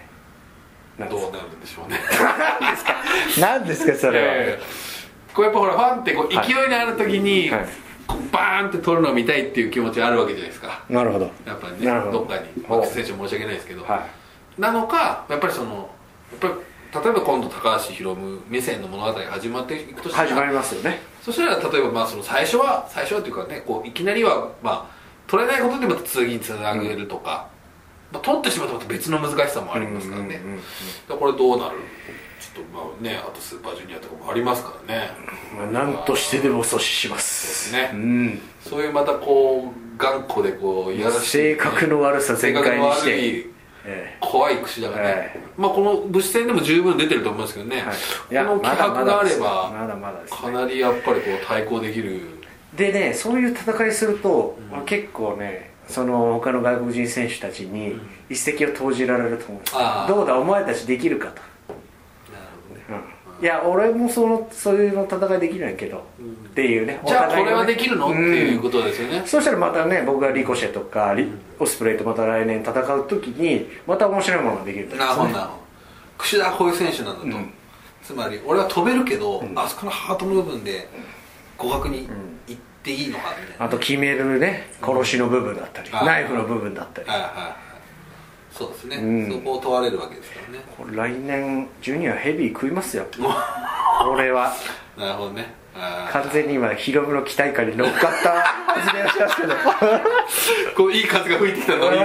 なん
ど
で
うなるんでしょう ね
すかなんですかそれは、
えーこうやっぱほらファンってこう勢
はい
いのある時に、
はい
こうバーンって取るのを見たいっていう気持ちあるわけじゃないですか
なるほど
やっぱりね
なるほ
ど
ど
っかに
ほう
マックス選手申し訳ないですけど、
は
なのかやっぱりそのやっぱり例えば今度高橋宏夢目線の物語が始まっていくと
い
したら
始まりますよね
そしたら例えばまあその最初は最初はというかねこういきなりはまあ取れないことでまた次につなげるとか、まあ、取ってしまうとまた別の難しさもありますからね、
うんうんうんうん
だからこれどうなるちょっとまあねあとスーパージュニアとかもありますからね
まあ、なんとしてでも阻止します
そうですね
ん、
そういうまたこう頑固でこういやらしい
性格の悪さ全開にし
性格の悪
て、
い
え
怖い櫛だからね、
え
まあこの物質戦でも十分出てると思いますけどね、
えはい、
この気迫があれば
まだまだですまだまだです、
か
ね、
なりやっぱりこう対抗できる
でねそういう戦いすると、
ん
俺結構ねその他の外国人選手たちに一石を投じられると思うんですよ
ああ
どうだお前たちできるかと、
なるほどね
うん、いや俺もそのそういうの戦いできないけど、
ん
っていうね
じゃあこ
お互い
れ
が
は
ね
できるの、っていうことですよね
そうしたらまたね僕がリコシェとかリオスプレイとまた来年戦う時にまた面白いものができると思
なるほど
うんですね
なるほど櫛田はこういう選手なんだと、
うん
つまり俺は飛べるけど、あそこのハートの部分で互角に行っていいのかみたいな、
あと決めるね殺しの部分だったり
あ
ナイフの部分だったり
はいはいはいそうですね、
うん
そこを問われるわけですからね
これ来年ジュニアヘビー食いますよ これは
なるほどねあー
完全に今ヒロムの期待感に乗っかった発言を しますけど
こういい風が吹いてきたのに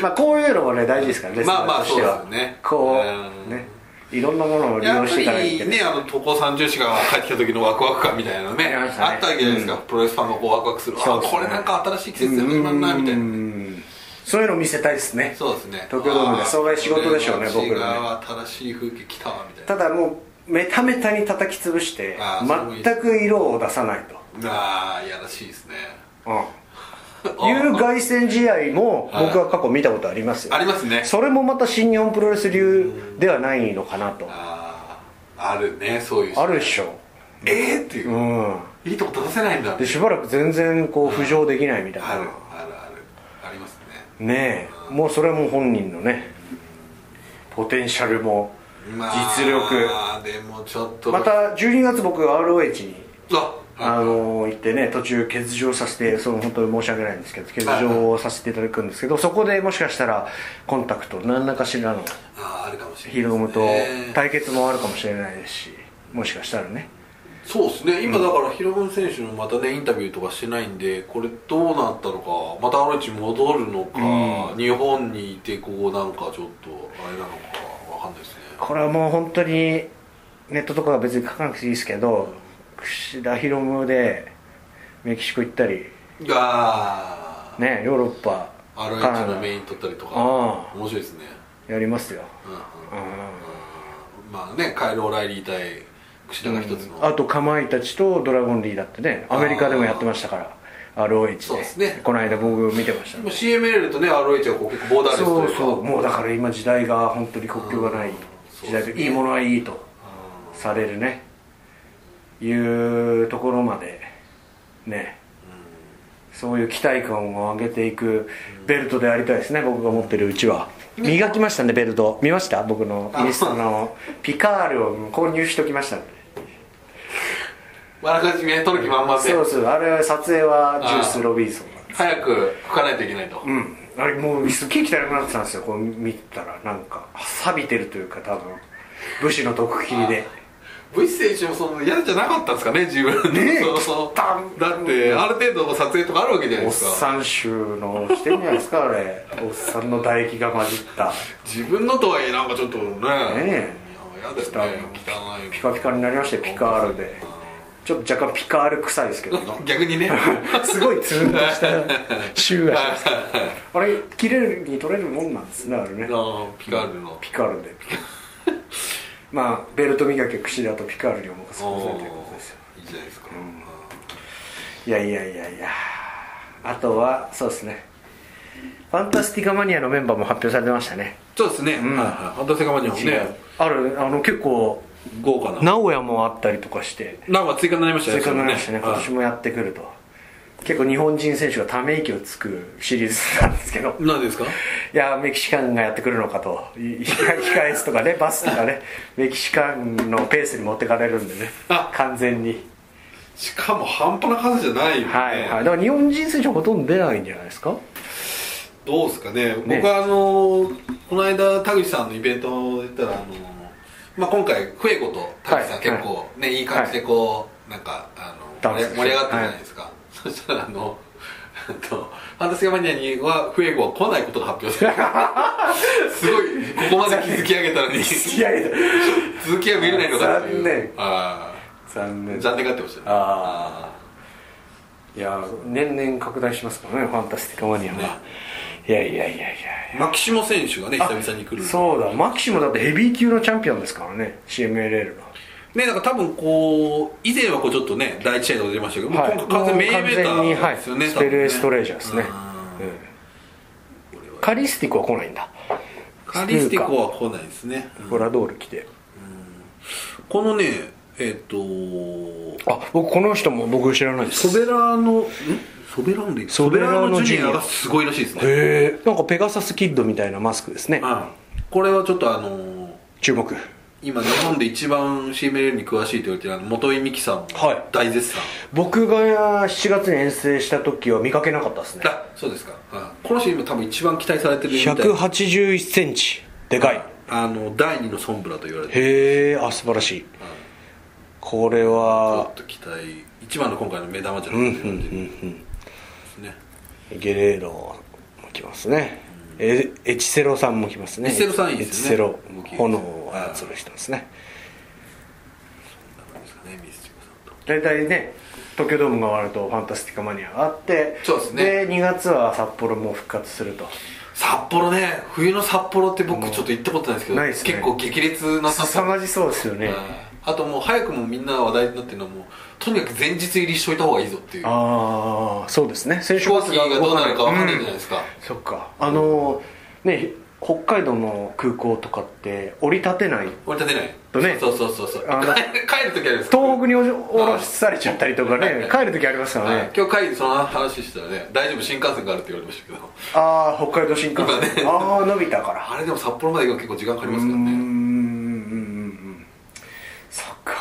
まあこういうのもね大事ですからね
まあまあ
レスラ
そう
ーとしては
ですよね
こ
うん
うねいろんなものを利
や
用
っ
し
ぱ
ていかないとい
り
けない
ね、あの、渡航三重士が帰ってきた時のワクワク感みたいなのね、
ありましたね
あったわけじゃないですか、プロレスファンがこうワクワクする、
そう
あ、
です
こ
ね
れなんか新しい季節始まるな、みたいな。
うんそういうのを見せたいですね
そうですね。
東京ドームで
あー
それが仕事でしょうね
これ
僕らね
は新しい風景来たわ、みたい
ただもうメタメタに叩き潰して
あーそれもいい
全く色を出さないと、
な。ああ、いやらしいですね。
うん、いう凱旋試合も僕は過去見たことありますよ
ありますね。
それもまた新日本プロレス流ではないのかなと
ああ、あるね、そういう。
あるでしょ
ええっていうう。
ん
いいとこ出せないんだ。あ
で
る、
しばらく全然こう浮上できないみたい
ある、あ
な
る。ありますね。
ねえもうそれはもう本人のねポテンシャルも
ま
実力
あでもちょっと。
ま
あ、
た12月僕 ROH にあ
あ
の行ってね途中欠場させてその本当に申し訳ないんですけど欠場をさせていただくんですけどそこでもしかしたらコンタクト何らかしらの
あーあるかもしれない
ヒロムと
ですね
対決もあるかもしれないですしもしかしたらね
そうですね今だからヒロム選手のまたねインタビューとかしてないんでこれどうなったのかまたアロイチ戻るのか、日本にいてここなんかちょっとあれなのかわかんないですね
これはもう本当にネットとかは別に書かなくていいですけど櫛田博夢でメキシコ行ったり
が
ねヨーロッパ
RH のメイン取ったりとか
あ
面白いですね
やりますよ、
うんうん
う
まあねカイロ・オライリー対櫛田
ん
が一つの、
あとかまいたちとドラゴンリーだってねアメリカでもやってましたから ROH で
そうですね
この間僕見てました
でも CML とね ROH はこう結構ボーダーレスと
そ
いううか
そうもうだから今時代が本当に国境がない時代
そうです
で
ね
いいものはいいとされるねいうところまでねそういう期待感を上げていくベルトでありたいですね僕が持ってるうちは磨きましたねベルト見ました僕のインスタ のピカールを購入しときましたんで
あらかじめ取る気満々で
そうそうあれ撮影はジュー
あ
ス・
ー
ロビンソンが
早く拭かないといけないと、
うんあれもうすっげえ汚くなってたんですよこう見てたらなんか錆びてるというか多分武士の毒切りで
ブイス選手もその嫌じゃなかったんですかね自分
ねえ
そうそう
ダン
だってある程度の撮影とかあるわけじゃない
おっ
ですか
さん臭のしてんじゃないですかあれおっさんの唾液が混じった
自分のとはいえなんかちょっとね
ね
いや嫌だよね汚い
ピカピカになりましたよピカールでちょっと若干ピカール臭いですけど
逆にね
すごいツーンとした 臭がしますあれ切れるに取れるもんなんですねあれね
あのピカールの
ピカールでまあベルト磨きは櫛田とピカールにお任せくださいということですよ
いいじゃないですか、
いやいやいやいやあとはそうですねファンタスティカマニアのメンバーも発表されてましたね
そうですね、はいはいファンタセカマニアもね
あるあの結構
豪華な
名古屋もあったりとかして
なんか追加になりました
追加になりましたね
それ
今
も
年もやってくると結構日本人選手がため息をつくシリーズなんですけど
はいなんでですか
いやメキシカンがやってくるのかとい い控え室とかねバスとかねメキシカンのペースに持ってかれるんでね
あ
完全に
しかも半端な数じゃないよね、
はい、はい、だから日本人選手ほとんど出ないんじゃないですか
どうですかね
ね
僕はあのこの間田口さんのイベントで言ったらあの、まあ、今回フエコと田口さん、
はい
結構ね、い、い感じでこう、なんかあ
ダ
の
ン
盛
ス
り盛り上がったじゃないですか、そしたらあの えっとファンタスティカマニアにはフエコは来ないことが発表された すごいここまで築き上げたのに
いやいや
続きは見れないのかっていう
残念
あ
残
あ
念
残念がってましたね
あいや年々拡大しますからねファンタスティカマニアが、
ね
いやいやいやいや
あーマキシモ選手がね久々に来る
そうだマキシもだってヘビー級のチャンピオンですからね CMLL の
ね、なんか多分こう以前はこうちょっとね第一試合とか出ましたけど、
はい
もう今回完全メインイベンタ
もう完全には
ー
い
ですよね、
ステルエストレージャーですね
うん
うんカリスティコは来ないんだ
カリスティコは来ないですね、
ゴラドール来て
このねえっ、と
あ僕この人も僕知らないです
ソベラーのんソベラーので
ソベラー
ソベラー
の
の
ジ
ジ
ュ
ュ
ニ
ニア
ア
がすごいらしいですね、
へえんかペガサスキッドみたいなマスクですね
うんこれはちょっとあのー
注目
今日本で一番 CML に詳しいと言われてるあの元井美樹さんも
はい
大絶賛、
僕が7月に遠征した時は見かけなかったですね
あそうですか、うんこの人今多分一番期待されてるみたい
1 8 1ンチでかい
あの第二のソンブラと言われてる
へえあ素晴らしいこれ
ちょ
は
っと期待一番の今回の目玉じゃな
うんう
い
ん
かと
う
いう感じで
ん
すね
うんゲレードも来ますねえエチセロさんも来ますね
エチセロさんいいですね
エチセロ
動き
炎を操る人ですね
なんですかねミスチコさんと
大体ね東京ドームが終わるとファンタスティカマニアがあって
そうですね
2月は札幌も復活すると
札幌ね冬の札幌って僕ちょっと行ったことないですけど
ないですね
結構激烈な札
凄
幌
まじそうですよね
あともう早くもみんな話題になってるのはもうとにかく前日入りしといた方がいいぞっていう
ああそうですね選
飛行機がどうなるか分かんないじゃないですか、
そっかあのね北海道の空港とかって降り立てない
折り立て
と
ない、
ね
そうそうそうそう
あの
帰る帰る時あるんですか
東北におじ降ろされちゃったりとか ね帰る時ありますから
はい
ね、
今日会議でその話してたらね大丈夫新幹線があるって言われましたけど
ああ北海道新幹
今ね
線ああ伸びた から
あれでも札幌まで行くの結構時間かかりま
う
す
ん
か
う
ら
んうんう
ね
んそっか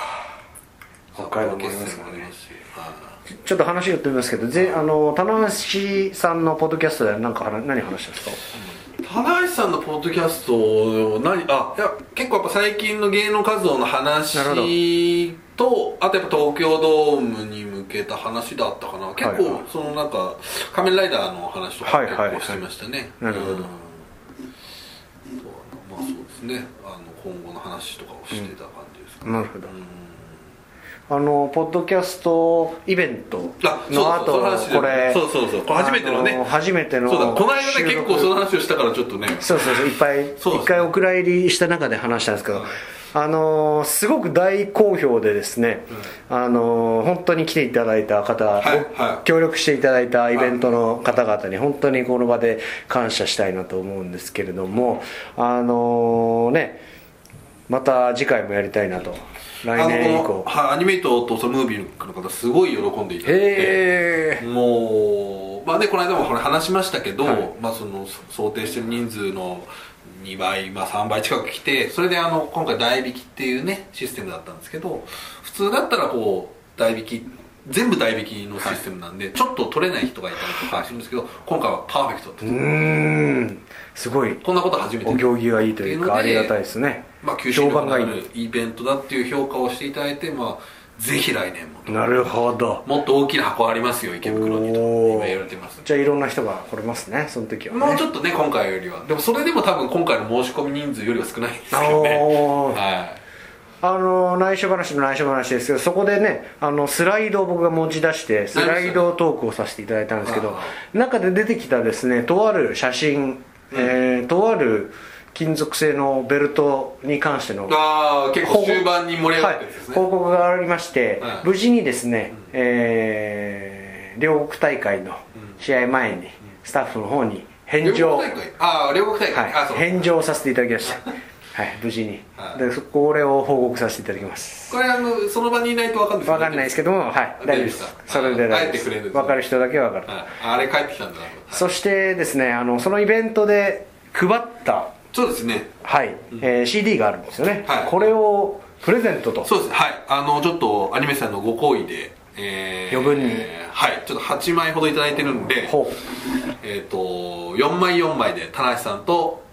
北海道もありますから
札幌決戦も
ね
ありますしはい
ちょっと話が飛びますけどぜあの棚橋さんのポッドキャストでなんか話何話したんですか
棚橋さんのポッドキャスト何あいや結構やっぱ最近の芸能活動の話
なるほど
とあとやっぱ東京ドームに向けた話だったかな結
はいは
構
い
そのなんか仮面ライダーの話とか
はい
結
はいはい
構してましたね、
なるほど
うんそうまあそうですねあの今後の話とかをしてた感じですかね、
なるほど
うん
あのポッドキャストイベント
あそう
の
そうその
後の
話で
これ
そうそうそうこれ初めてのね
あ初めての
そうだこの間ね
収
結
録
構その話をしたからちょっとね
そうそうそういっぱい
そう
一回お蔵入りした中で話したんですけど、あのーすごく大好評でですね、あのー本当に来ていただいた方、
はい
協力していただいたイベントの方々に本当にこの場で感謝したいなと思うんですけれどもあのーねまた次回もやりたいなと来年以
あの
降
はいアニメイトとそのムービーの方すごい喜んでいただいて
へえ
もうまあねこの間もこれ話しましたけど、
はい
まあその想定してる人数の2倍、まあ、3倍近く来てそれであの今回代引きっていうねシステムだったんですけど普通だったらこう代引き全部代引きのシステムなんで、ちょっと取れない人がいたりとかするんですけど今回はパーフェクトって、
うーんすごい
こんなこと初めて
お行儀がいいというかありがたいですね
まあ、九州
評
の
判
方
がい
に
い
あるイベントだっていう評価をしていただいて、まあ、ぜひ来年もと
なるほど
もっと大きな箱ありますよ池袋にと
おー
今言われてます
じゃあいろんな人が来れますねその時はね
もうちょっとね今回よりはでもそれでも多分今回の申し込み人数よりは少ないですけどね
おー
は
あの内緒話の内緒話ですけどそこでねあのスライドを僕が持ち出してスライドトークをさせていただいたんですけど
あ
中で出てきたですねとある写真、えーとある金属製のベルトに関しての
いああ結構終盤に盛り上がってるんです
はい、
ね、
報告がありまして、
はい
無事にですね、えー両国大会の試合前にスタッフの方に返
両
上、
国大会ああ両国大
は
会、
い
あそう
返上させていただき ましたはい無事に、
はい
でそこれを報告させていただきます
これあのその場にいないと分かんない
分かんないですけどもはい大丈夫
大
で
丈夫で
す
すか
それで大丈夫で
あえてくれるんですすね
分かる人だけ分かる、
はいあれ帰ってきたんだな
そしてですねあのそのイベントで配った、
そうですね
はいえー CD があるんですよね、
はい
これをプレゼントと
そうですねはいあのちょっとアニメさんのご好意でえー、
余分に
はいちょっと8枚ほど頂いただいてるんで
ほ
えっ、と4枚4枚で田中さんと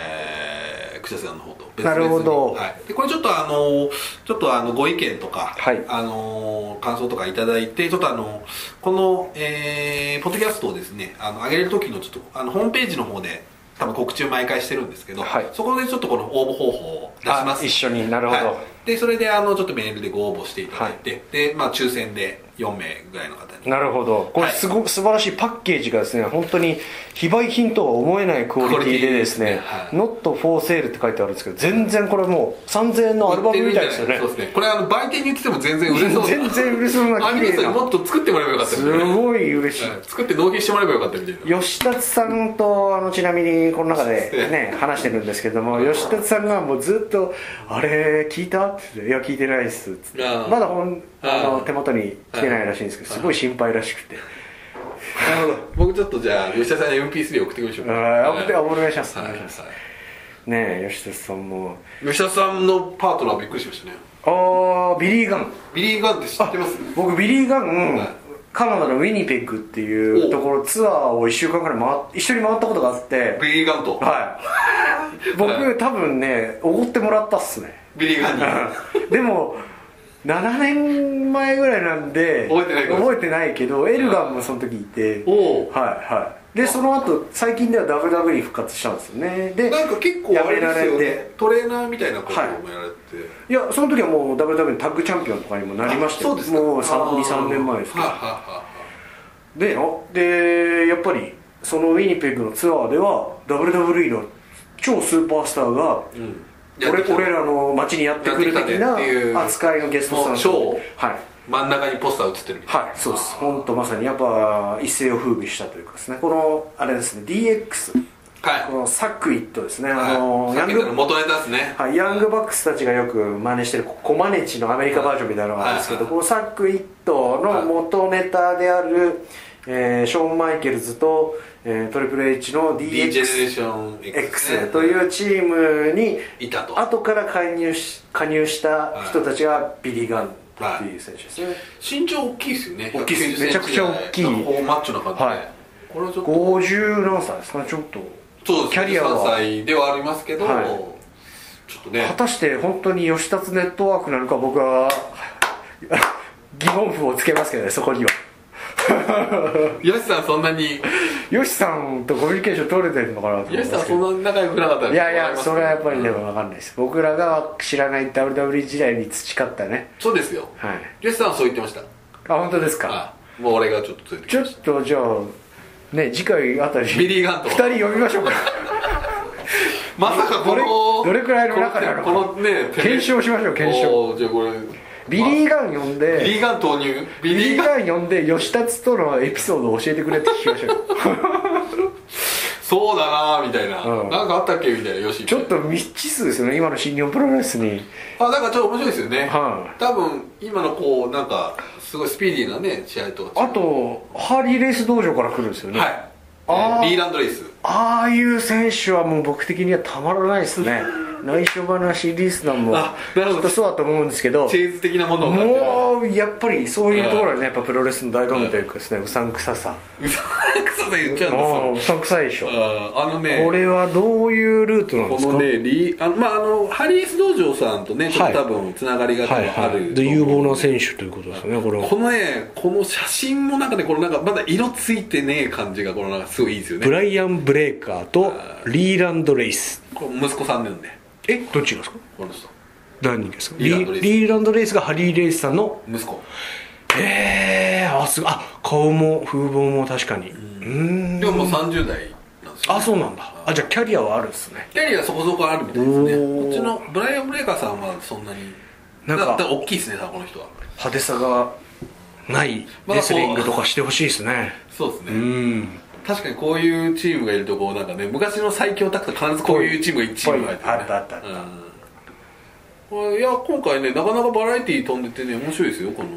えー、クシャさんの方と別々に
なるほど
はい、でこれちょっとあのちょっとあのご意見とか、
はい
あの感想とかいただいてちょっとあのこの、えーポッドキャストをですねあの上げる時のちょっとあのホームページの方で多分告知を毎回してるんですけど、
はい
そこでちょっとこの応募方法を出します
あ一緒になるほど
いでそれであのちょっとメールでご応募していただいて、でまあ抽選で4名ぐらいの方に
なるほどこれ
はい
すご、素晴らしいパッケージがですね本当に非売品とは思えないクオリティでですね
クオリティです
「Not for sale」って書いてあるんですけど全然これもう3000円のアルバムみたいですよね
そうですねこれあの売店に売ってても全然売れそうな
全然売れそうな
アニメさんにもっと作ってもらえばよかったみ
す
たいな
ごい嬉しい
はい作って納品してもらえばよかったみたいな
吉達さんとあのちなみにこの中で
そうです
ね話してるんですけども吉達さんがもうずっと「あれ聞いた?」って言って「いや聞いてないっす」つって
あー
まだほんあの
あー
手元に来てないらしいんですけどすごい心配らしくて
なるほど僕ちょっとじゃあ吉田さんに MP3 送ってきましょう
あ
か
ー
はい
お願いしますお
はい
願い
は
します
い
ねえ吉達さんも
吉田さんのパートナーびっくりしましたね
ああビリー・ガン
ビリー・ガンって知ってます
僕ビリー・ガ
はい
ンカナダのウィニペッグっていう
お
ところツアーを1週間くらい回っ一緒に回ったことがあって
ビリー・ガンと
はい僕、
は
多分ねおごってもらったっすね
ビリー・ガンに
でも7年前ぐらいなんで
覚えてないかも
覚えてないけどエルガンもその時いて
お
はい
お
はいでその後最近では WW に復活したんですよねで
なんか結構あれです
や
よね
められて
トレーナーみたいなこともやられて
いやその時はもう WW タッグチャンピオンとかにもなりました
あ
よ
そうですか
もう
あー
23年前ですけど
はいはいはいはい
であでやっぱりそのウィニペグのツアーでは WWE の超スーパースターが、
やって
俺
きた
俺らの街にやってくる的
やっ
な
てきたねっていう
扱いのゲストさん
もうショーを
はい
真ん中にポスター映ってるみたいな
はいそうです本当まさにやっぱ一世を風靡したというかですねこのあれですね DX
はい
このサクイットですね、あ
は
の
い
ヤ
さっ
ン
き言った
グ
の元ネタですね
はい、ヤングバックスたちがよく真似してるコマネチのアメリカバージョンみたいなのがあるんですけど、
はい
このサックイットの元ネタである、えーショーン・マイケルズと、えートリプル H の
D ジェネレー
DX
ション X ね
X というチームに
いたと
後から介入し加入した人たちがビリー・ガンっていう選手ですね、
身長大きいですよね
大きいです
190
めちゃくちゃ大きい
センチぐらなんかこうマッチョな感じで、
はい
これはちょっと
50何歳ですかねちょっと
そうです
キャリアは
13歳ではありますけど、
はい
ちょっとね
果たして本当に吉達ネットワークなのか僕は疑問符をつけますけどねそこには
吉さんそんなに
ヨシさんとコミュニケーション取れてるのかなと思い
吉さ
ま
ん
すけど
そんな仲良くなかったら
いやいや
困ります
そ
ね
れはやっぱりね分かんないです僕らが知らない WWE 時代に培ったね
そうですよ
はい
吉さんはそう言ってました
あ本当ですか
あもう俺がちょっとついてき
ちょ
ま
っ
し
とじゃあね次回あたり
ビリーガント
2人呼びましょ うか
たまさかこの
どれどれくらいの仲なの
このね
検証しましょう検証
おーじゃあこれ
ビリー
ガ
ガン呼ん
ビリ
で
ーガン投入ビ
ビ
リー
リー
ガン
ガン呼んで吉達とのエピソードを教えてくれって聞きましょう
そうだなーみたいな、
うん
なんかあったっけみたいなよし
ちょっと未知数ですよね今の新日本プロレスに
あなんかちょっと面白いですよね、
はい
多分今のこうなんかすごいスピーディーなね試合とは違
あ
う
とハーリーレース道場から来るんですよね、
はい
あー
えーリーランドレイス
ああいう選手はもう僕的にはたまらないです ね内緒話リスナーも
あなるほど
きっとそうだと思うんですけど
チェーズ的なものを感じる
もうやっぱりそういうところはねやっぱプロレスの醍醐味というかですねうさんくささ
うさんくささ言っちゃうんです
あ
よ
うさんくさいでしょ
あーあのね
これはどういうルートなんで
こ
すか
のねリーあのまああのハリース道場さんとねちょっと
は
多分つながりが多
はい
分あ
は
る
い
と
で
思う
有望な選手ということですねこれは
このねこの写真もなんかねこのなんかまだ色ついてねえ感じがこのなんかすごいいいですよ
ブ
ね
ライアン・ブレイカーとリーランド・レイス
これ息子さんなんで
えどっちがですか
この人
何人ですか
リ
リ
ーランドレイス
ーランド・レイスがハリー・レイスさんの
息子
ええあすごいあ顔も風貌も確かにうーん
でももう30代なんですよ、ね、
あそうなんだあじゃあキャリアはあるんですね
キャリアそこそこあるみたいですね
おー
こっちのブライアン・ブレイカーさんはそんなに
なんか
だだら大きいですね多分この人は
派手さがない
まだ
レ
こ
ス
う
リングとかしてほしいですね
そうですね、
うん
確かにこういうチームがいるとこうなんかね昔の最強タッグと必ずこういうチームが1チーム入ってる、ね、
あったあったあった
うんこれいや今回ねなかなかバラエティー飛んでてね面白いですよこの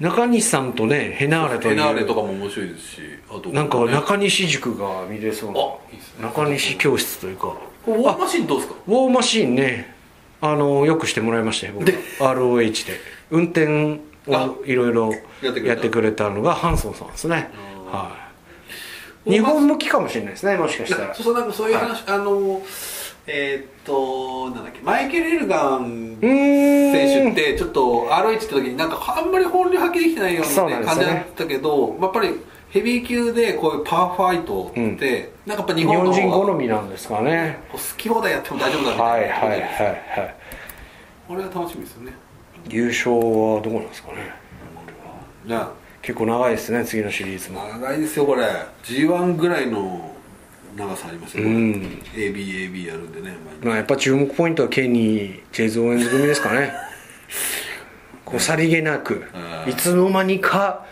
中西さんとねヘナーレとい
エ
う
ナーレとかも面白いですしあと
なんか
これね
中西塾が見れそうな
あいいですね
中西教室というか
これウォーマシンどうですか
ウォーマシーンねあのよくしてもらいましたよ僕
で
ROH で運転
あ
をいろいろ
やってくれた
やってくれたのがハンソンさんですね
うん
はい日本向きかもしれないですねもしかしたら
そうそうなんかそういう話、あのえーっとなんだっけマイケル・エルガン
うーん
選手ってちょっと ROH って時になんかあんまり本領発揮できてないよう
そう
な
なん
ね
です
感
よね
じだったけど、やっぱりヘビー級でこういうパワーファイトって、
う
な
ん
んかやっぱ日
日
本
本
の
人
方が
好みなんですかね
好き放題やっても大丈夫だみ
は
たい
い
な、
はいはいはい
これは楽しみですよね
優勝はどこなんですかね
じゃ
結構長いですね次のシリーズ
あ
も
長いですよこれ G1 ぐらいの長さありますよ、
うん
ABAB やるんでね毎日
まあやっぱ注目ポイントはケニージェイズ・応援組ですか ねこうさりげなく
うん
いつの間にか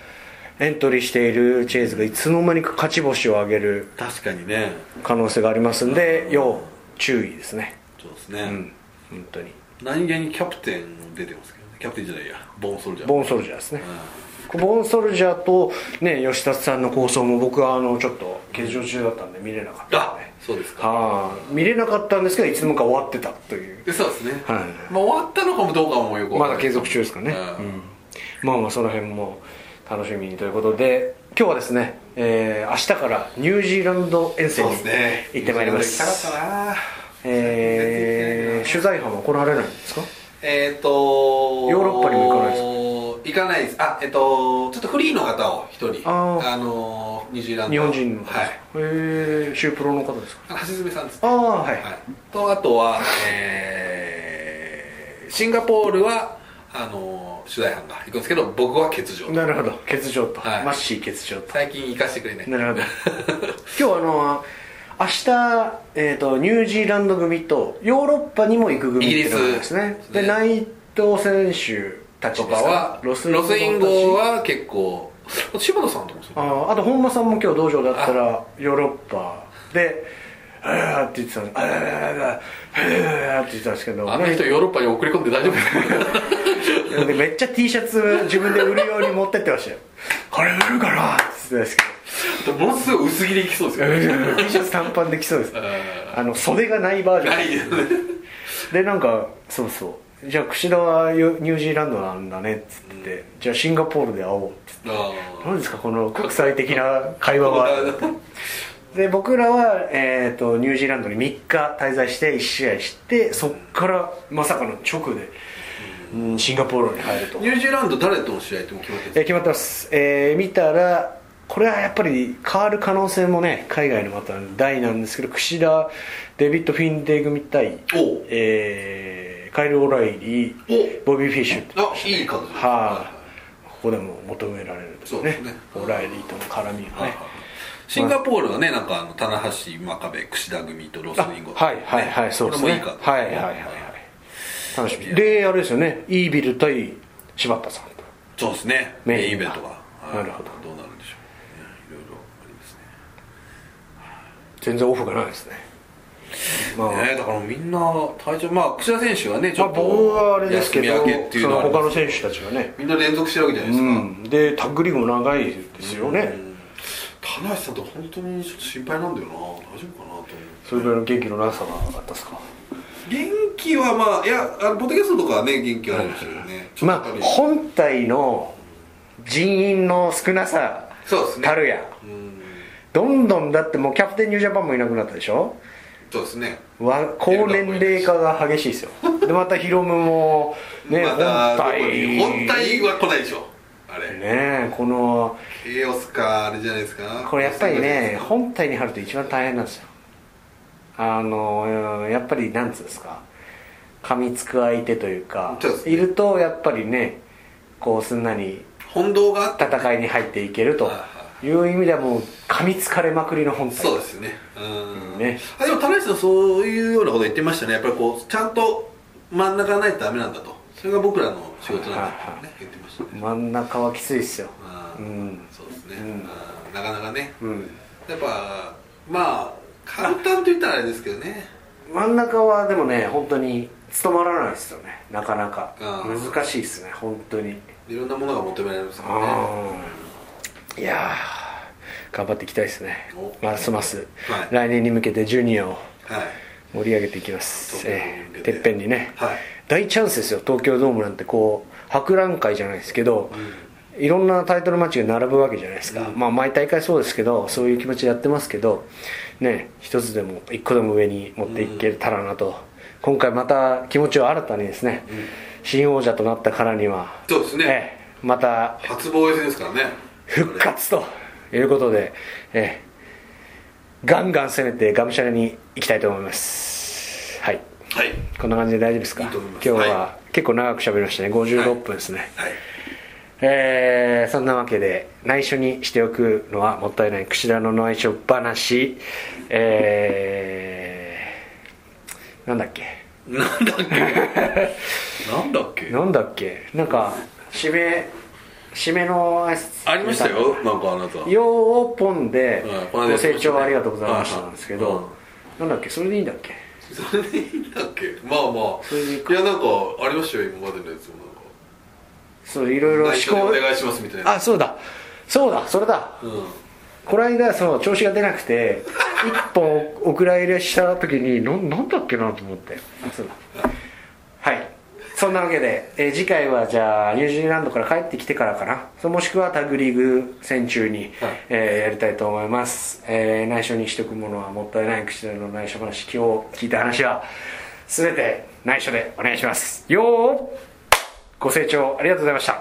エントリーしているチェイズがいつの間にか勝ち星を上げる
確かにね
可能性がありますんで要注意ですね
そうですね、
うん本当に
何気にキャプテンも出てますけどねキャプテンじゃないやボーンソルジャー
ボーンソルジャーですね
うん
ボーンソルジャーとね吉田さんの構想も僕はあのちょっと欠場中だったんで見れなかった
あ
んで、ね
そうですか
はい見れなかったんですけどいつの間にか終わってたという
でそうですね、
はい
まあ、終わったのかもどうかもよくわ
ま
かん
だ
ない
継続中ですかね、
うん
うんまあまあその辺も楽しみにということで今日はですね、えー明日からニュージーランド遠征
そう
に
ですね
行ってまいります、
行きたかったな
えー取材班は来られないんですか
えっ、ー、と
ヨーロッパにも行かないですか
行かないですあえっ、とちょっとフリーの方を一人
あ
あ
ー
のニュージーランド
日本人の方
はい
へえシュープロの方ですか
橋爪さんです
ああはい、
はい、とあとは、えーシンガポールはあの取材班が行くんですけど僕は欠場
なるほど欠場と、
はい
マッシー欠場と
最近行かせてくれない
なるほど 今日あの明日、えー、とニュージーランド組とヨーロッパにも行く組っていうのがあるんですね
イギリス
で
ね
内藤選手たち
と
で
か
す
は
か
ロスインゴ
たち
は結構柴田さんとかもそう
あーあと本間さんも今日道場だったらヨーロッパで「あーって言ってたんですあーあーあーって言ってたんですけど
あの人ヨーロッパに送り込んで大丈夫ですか
でめっちゃ T シャツ自分で売るように持ってってましたよ「これ売るかな?」って言ってたんです
ものすごい薄切りいきそうです
け
よ
ど
ね
T シャツ短パンできそうです
あ
あの袖がない
ー
バージョン
ないですね
でなんかそうそうじゃあ櫛田はニュージーランドなんだねっつってて、じゃあシンガポールで会おうっつって
あ
何ですかこの国際的な会話は で僕らは、えー、とニュージーランドに3日滞在して1試合してそっからまさかの直で、うん、シンガポールに入ると
ーニュージーランド誰との試合ってもう決まってるん
え
で
ー決まってます、えー見たらこれはやっぱり変わる可能性もね海外のまた大なんですけど櫛田デビッド・フィンデ組対、
おう
えーカイル・オライリー
お
ボビー・フィッシュって
あいい感じです
はいここでも求められるんです
そう
ね
ですね
オライリーとの絡みが
はい
ね
はいシンガポールはね、なんかあの、棚橋、真壁、櫛田組とロスインゴ、
はいはいはいそうです
こ
ね
れもいいか
はいはいはいはい楽しみであれですよねイービル対柴田さんと
そうですね
メ
メ
イ
イ
ン
ンイベントが
あなるほど
どうなるんでしょうねいろいろありますね
全然オフがないですねまあ、
ねだからみんな体調まあ櫛田選手はねち
ま
ょ
あ、
っと
僕はあれですけど
休み明けっていう
そ
の
の
はあり
他
ます
の選手たちがね、
みんな連続してるわけじゃないです
う
か、
ん、でタッグリーグも長いですよね、
棚橋さんって本当にちょっと心配なんだよな大丈夫かなと思う
それぐらいの元気のなさがあったですか
元気はまあいやあのポッドキャストとかはね元気はあるんですけどねちょっと
ま
や
あ
っぱり
本体の人員の少なさ
そうですね
たるやん
うん
どんどんだってもうキャプテンニュージャパンもいなくなったでしょ
そうですね
わ高年齢化が激しいですよでまたヒロムもね
また
本
どこ
体
に本体は来ないでしょあれ、
ねこの
ケイオスかあれじゃないですか
これやっぱりね
ほん
本体に貼ると一番大変なんですよあのやっぱりなんつうんですか噛みつく相手というか
そうですね
いるとやっぱりねこうすんなり
本堂があった
戦いに入っていけると
は
いう意味ではもう噛みつかれまくりの本体
そうですねうん
ね
あでも田中さんそういうようなこと言ってましたねやっぱりこうちゃんと真ん中がないとダメなんだとそれが僕らの仕事なんだってね言ってましたね
真ん中はきついっすよ
あー
うん
そうですね、
うん
あーなかなかね、
うん
やっぱまあ簡単と言ったらあれですけどね
真ん中はでもね本当に務まらないですよねなかなか
あー
難しいですね本当に
いろんなものが求められますからね
うんいやー頑張っていきたいですね
お
ますます、
はい
来年に向けてジュニアを
はい
盛り上げていきます、
東京に向
えー
け
て
て
っぺんにね、
はい
大チャンスですよ東京ドームなんてこう博覧会じゃないですけど、いろんなタイトルマッチが並ぶわけじゃないですか、まあ毎大会そうですけどそういう気持ちでやってますけどね一つでも一個でも上に持っていけたらなと、今回また気持ちを新たにですね、新王者となったからには
そうですね
ええまた
初防衛戦ですからね
復活ということで、えーガンガン攻めてがむしゃらに行きたいと思いますはい
はい
こんな感じで大丈夫ですか
いいと思います
今日は、
は
結構長く喋りましたね56分ですね、
はい
えーそんなわけで内緒にしておくのはもったいない櫛田の内緒話えー、なんだっけ
なんだっけなんだっけ
なんだっけなんか締め締めの挨拶
ありましたよなんかあなた
ようオーポンで
うんこ
ご
の間
清聴
やってましたね
ありがとうございましたなんですけ
はいは
どなんだっけそれでいいんだっけ
それでいいんだっけまあま
それでいい
あいやなんかありましたよ今までのやつもなんか
そういろいろ思
内緒で
考
お願いしますみたいな
あそうだそうだそれだ
うん
この間その調子が出なくて1本お蔵入れした時にななんだっけなと思ってあそうだはいそんなわけで、えー次回はじゃあニュージーランドから帰ってきてからかなそうもしくはタッグリーグ戦中に、えーやりたいと思います、えー内緒にしとくものはもったいない口での内緒話今日聞いた話は全て内緒でお願いしますよーご清聴ありがとうございました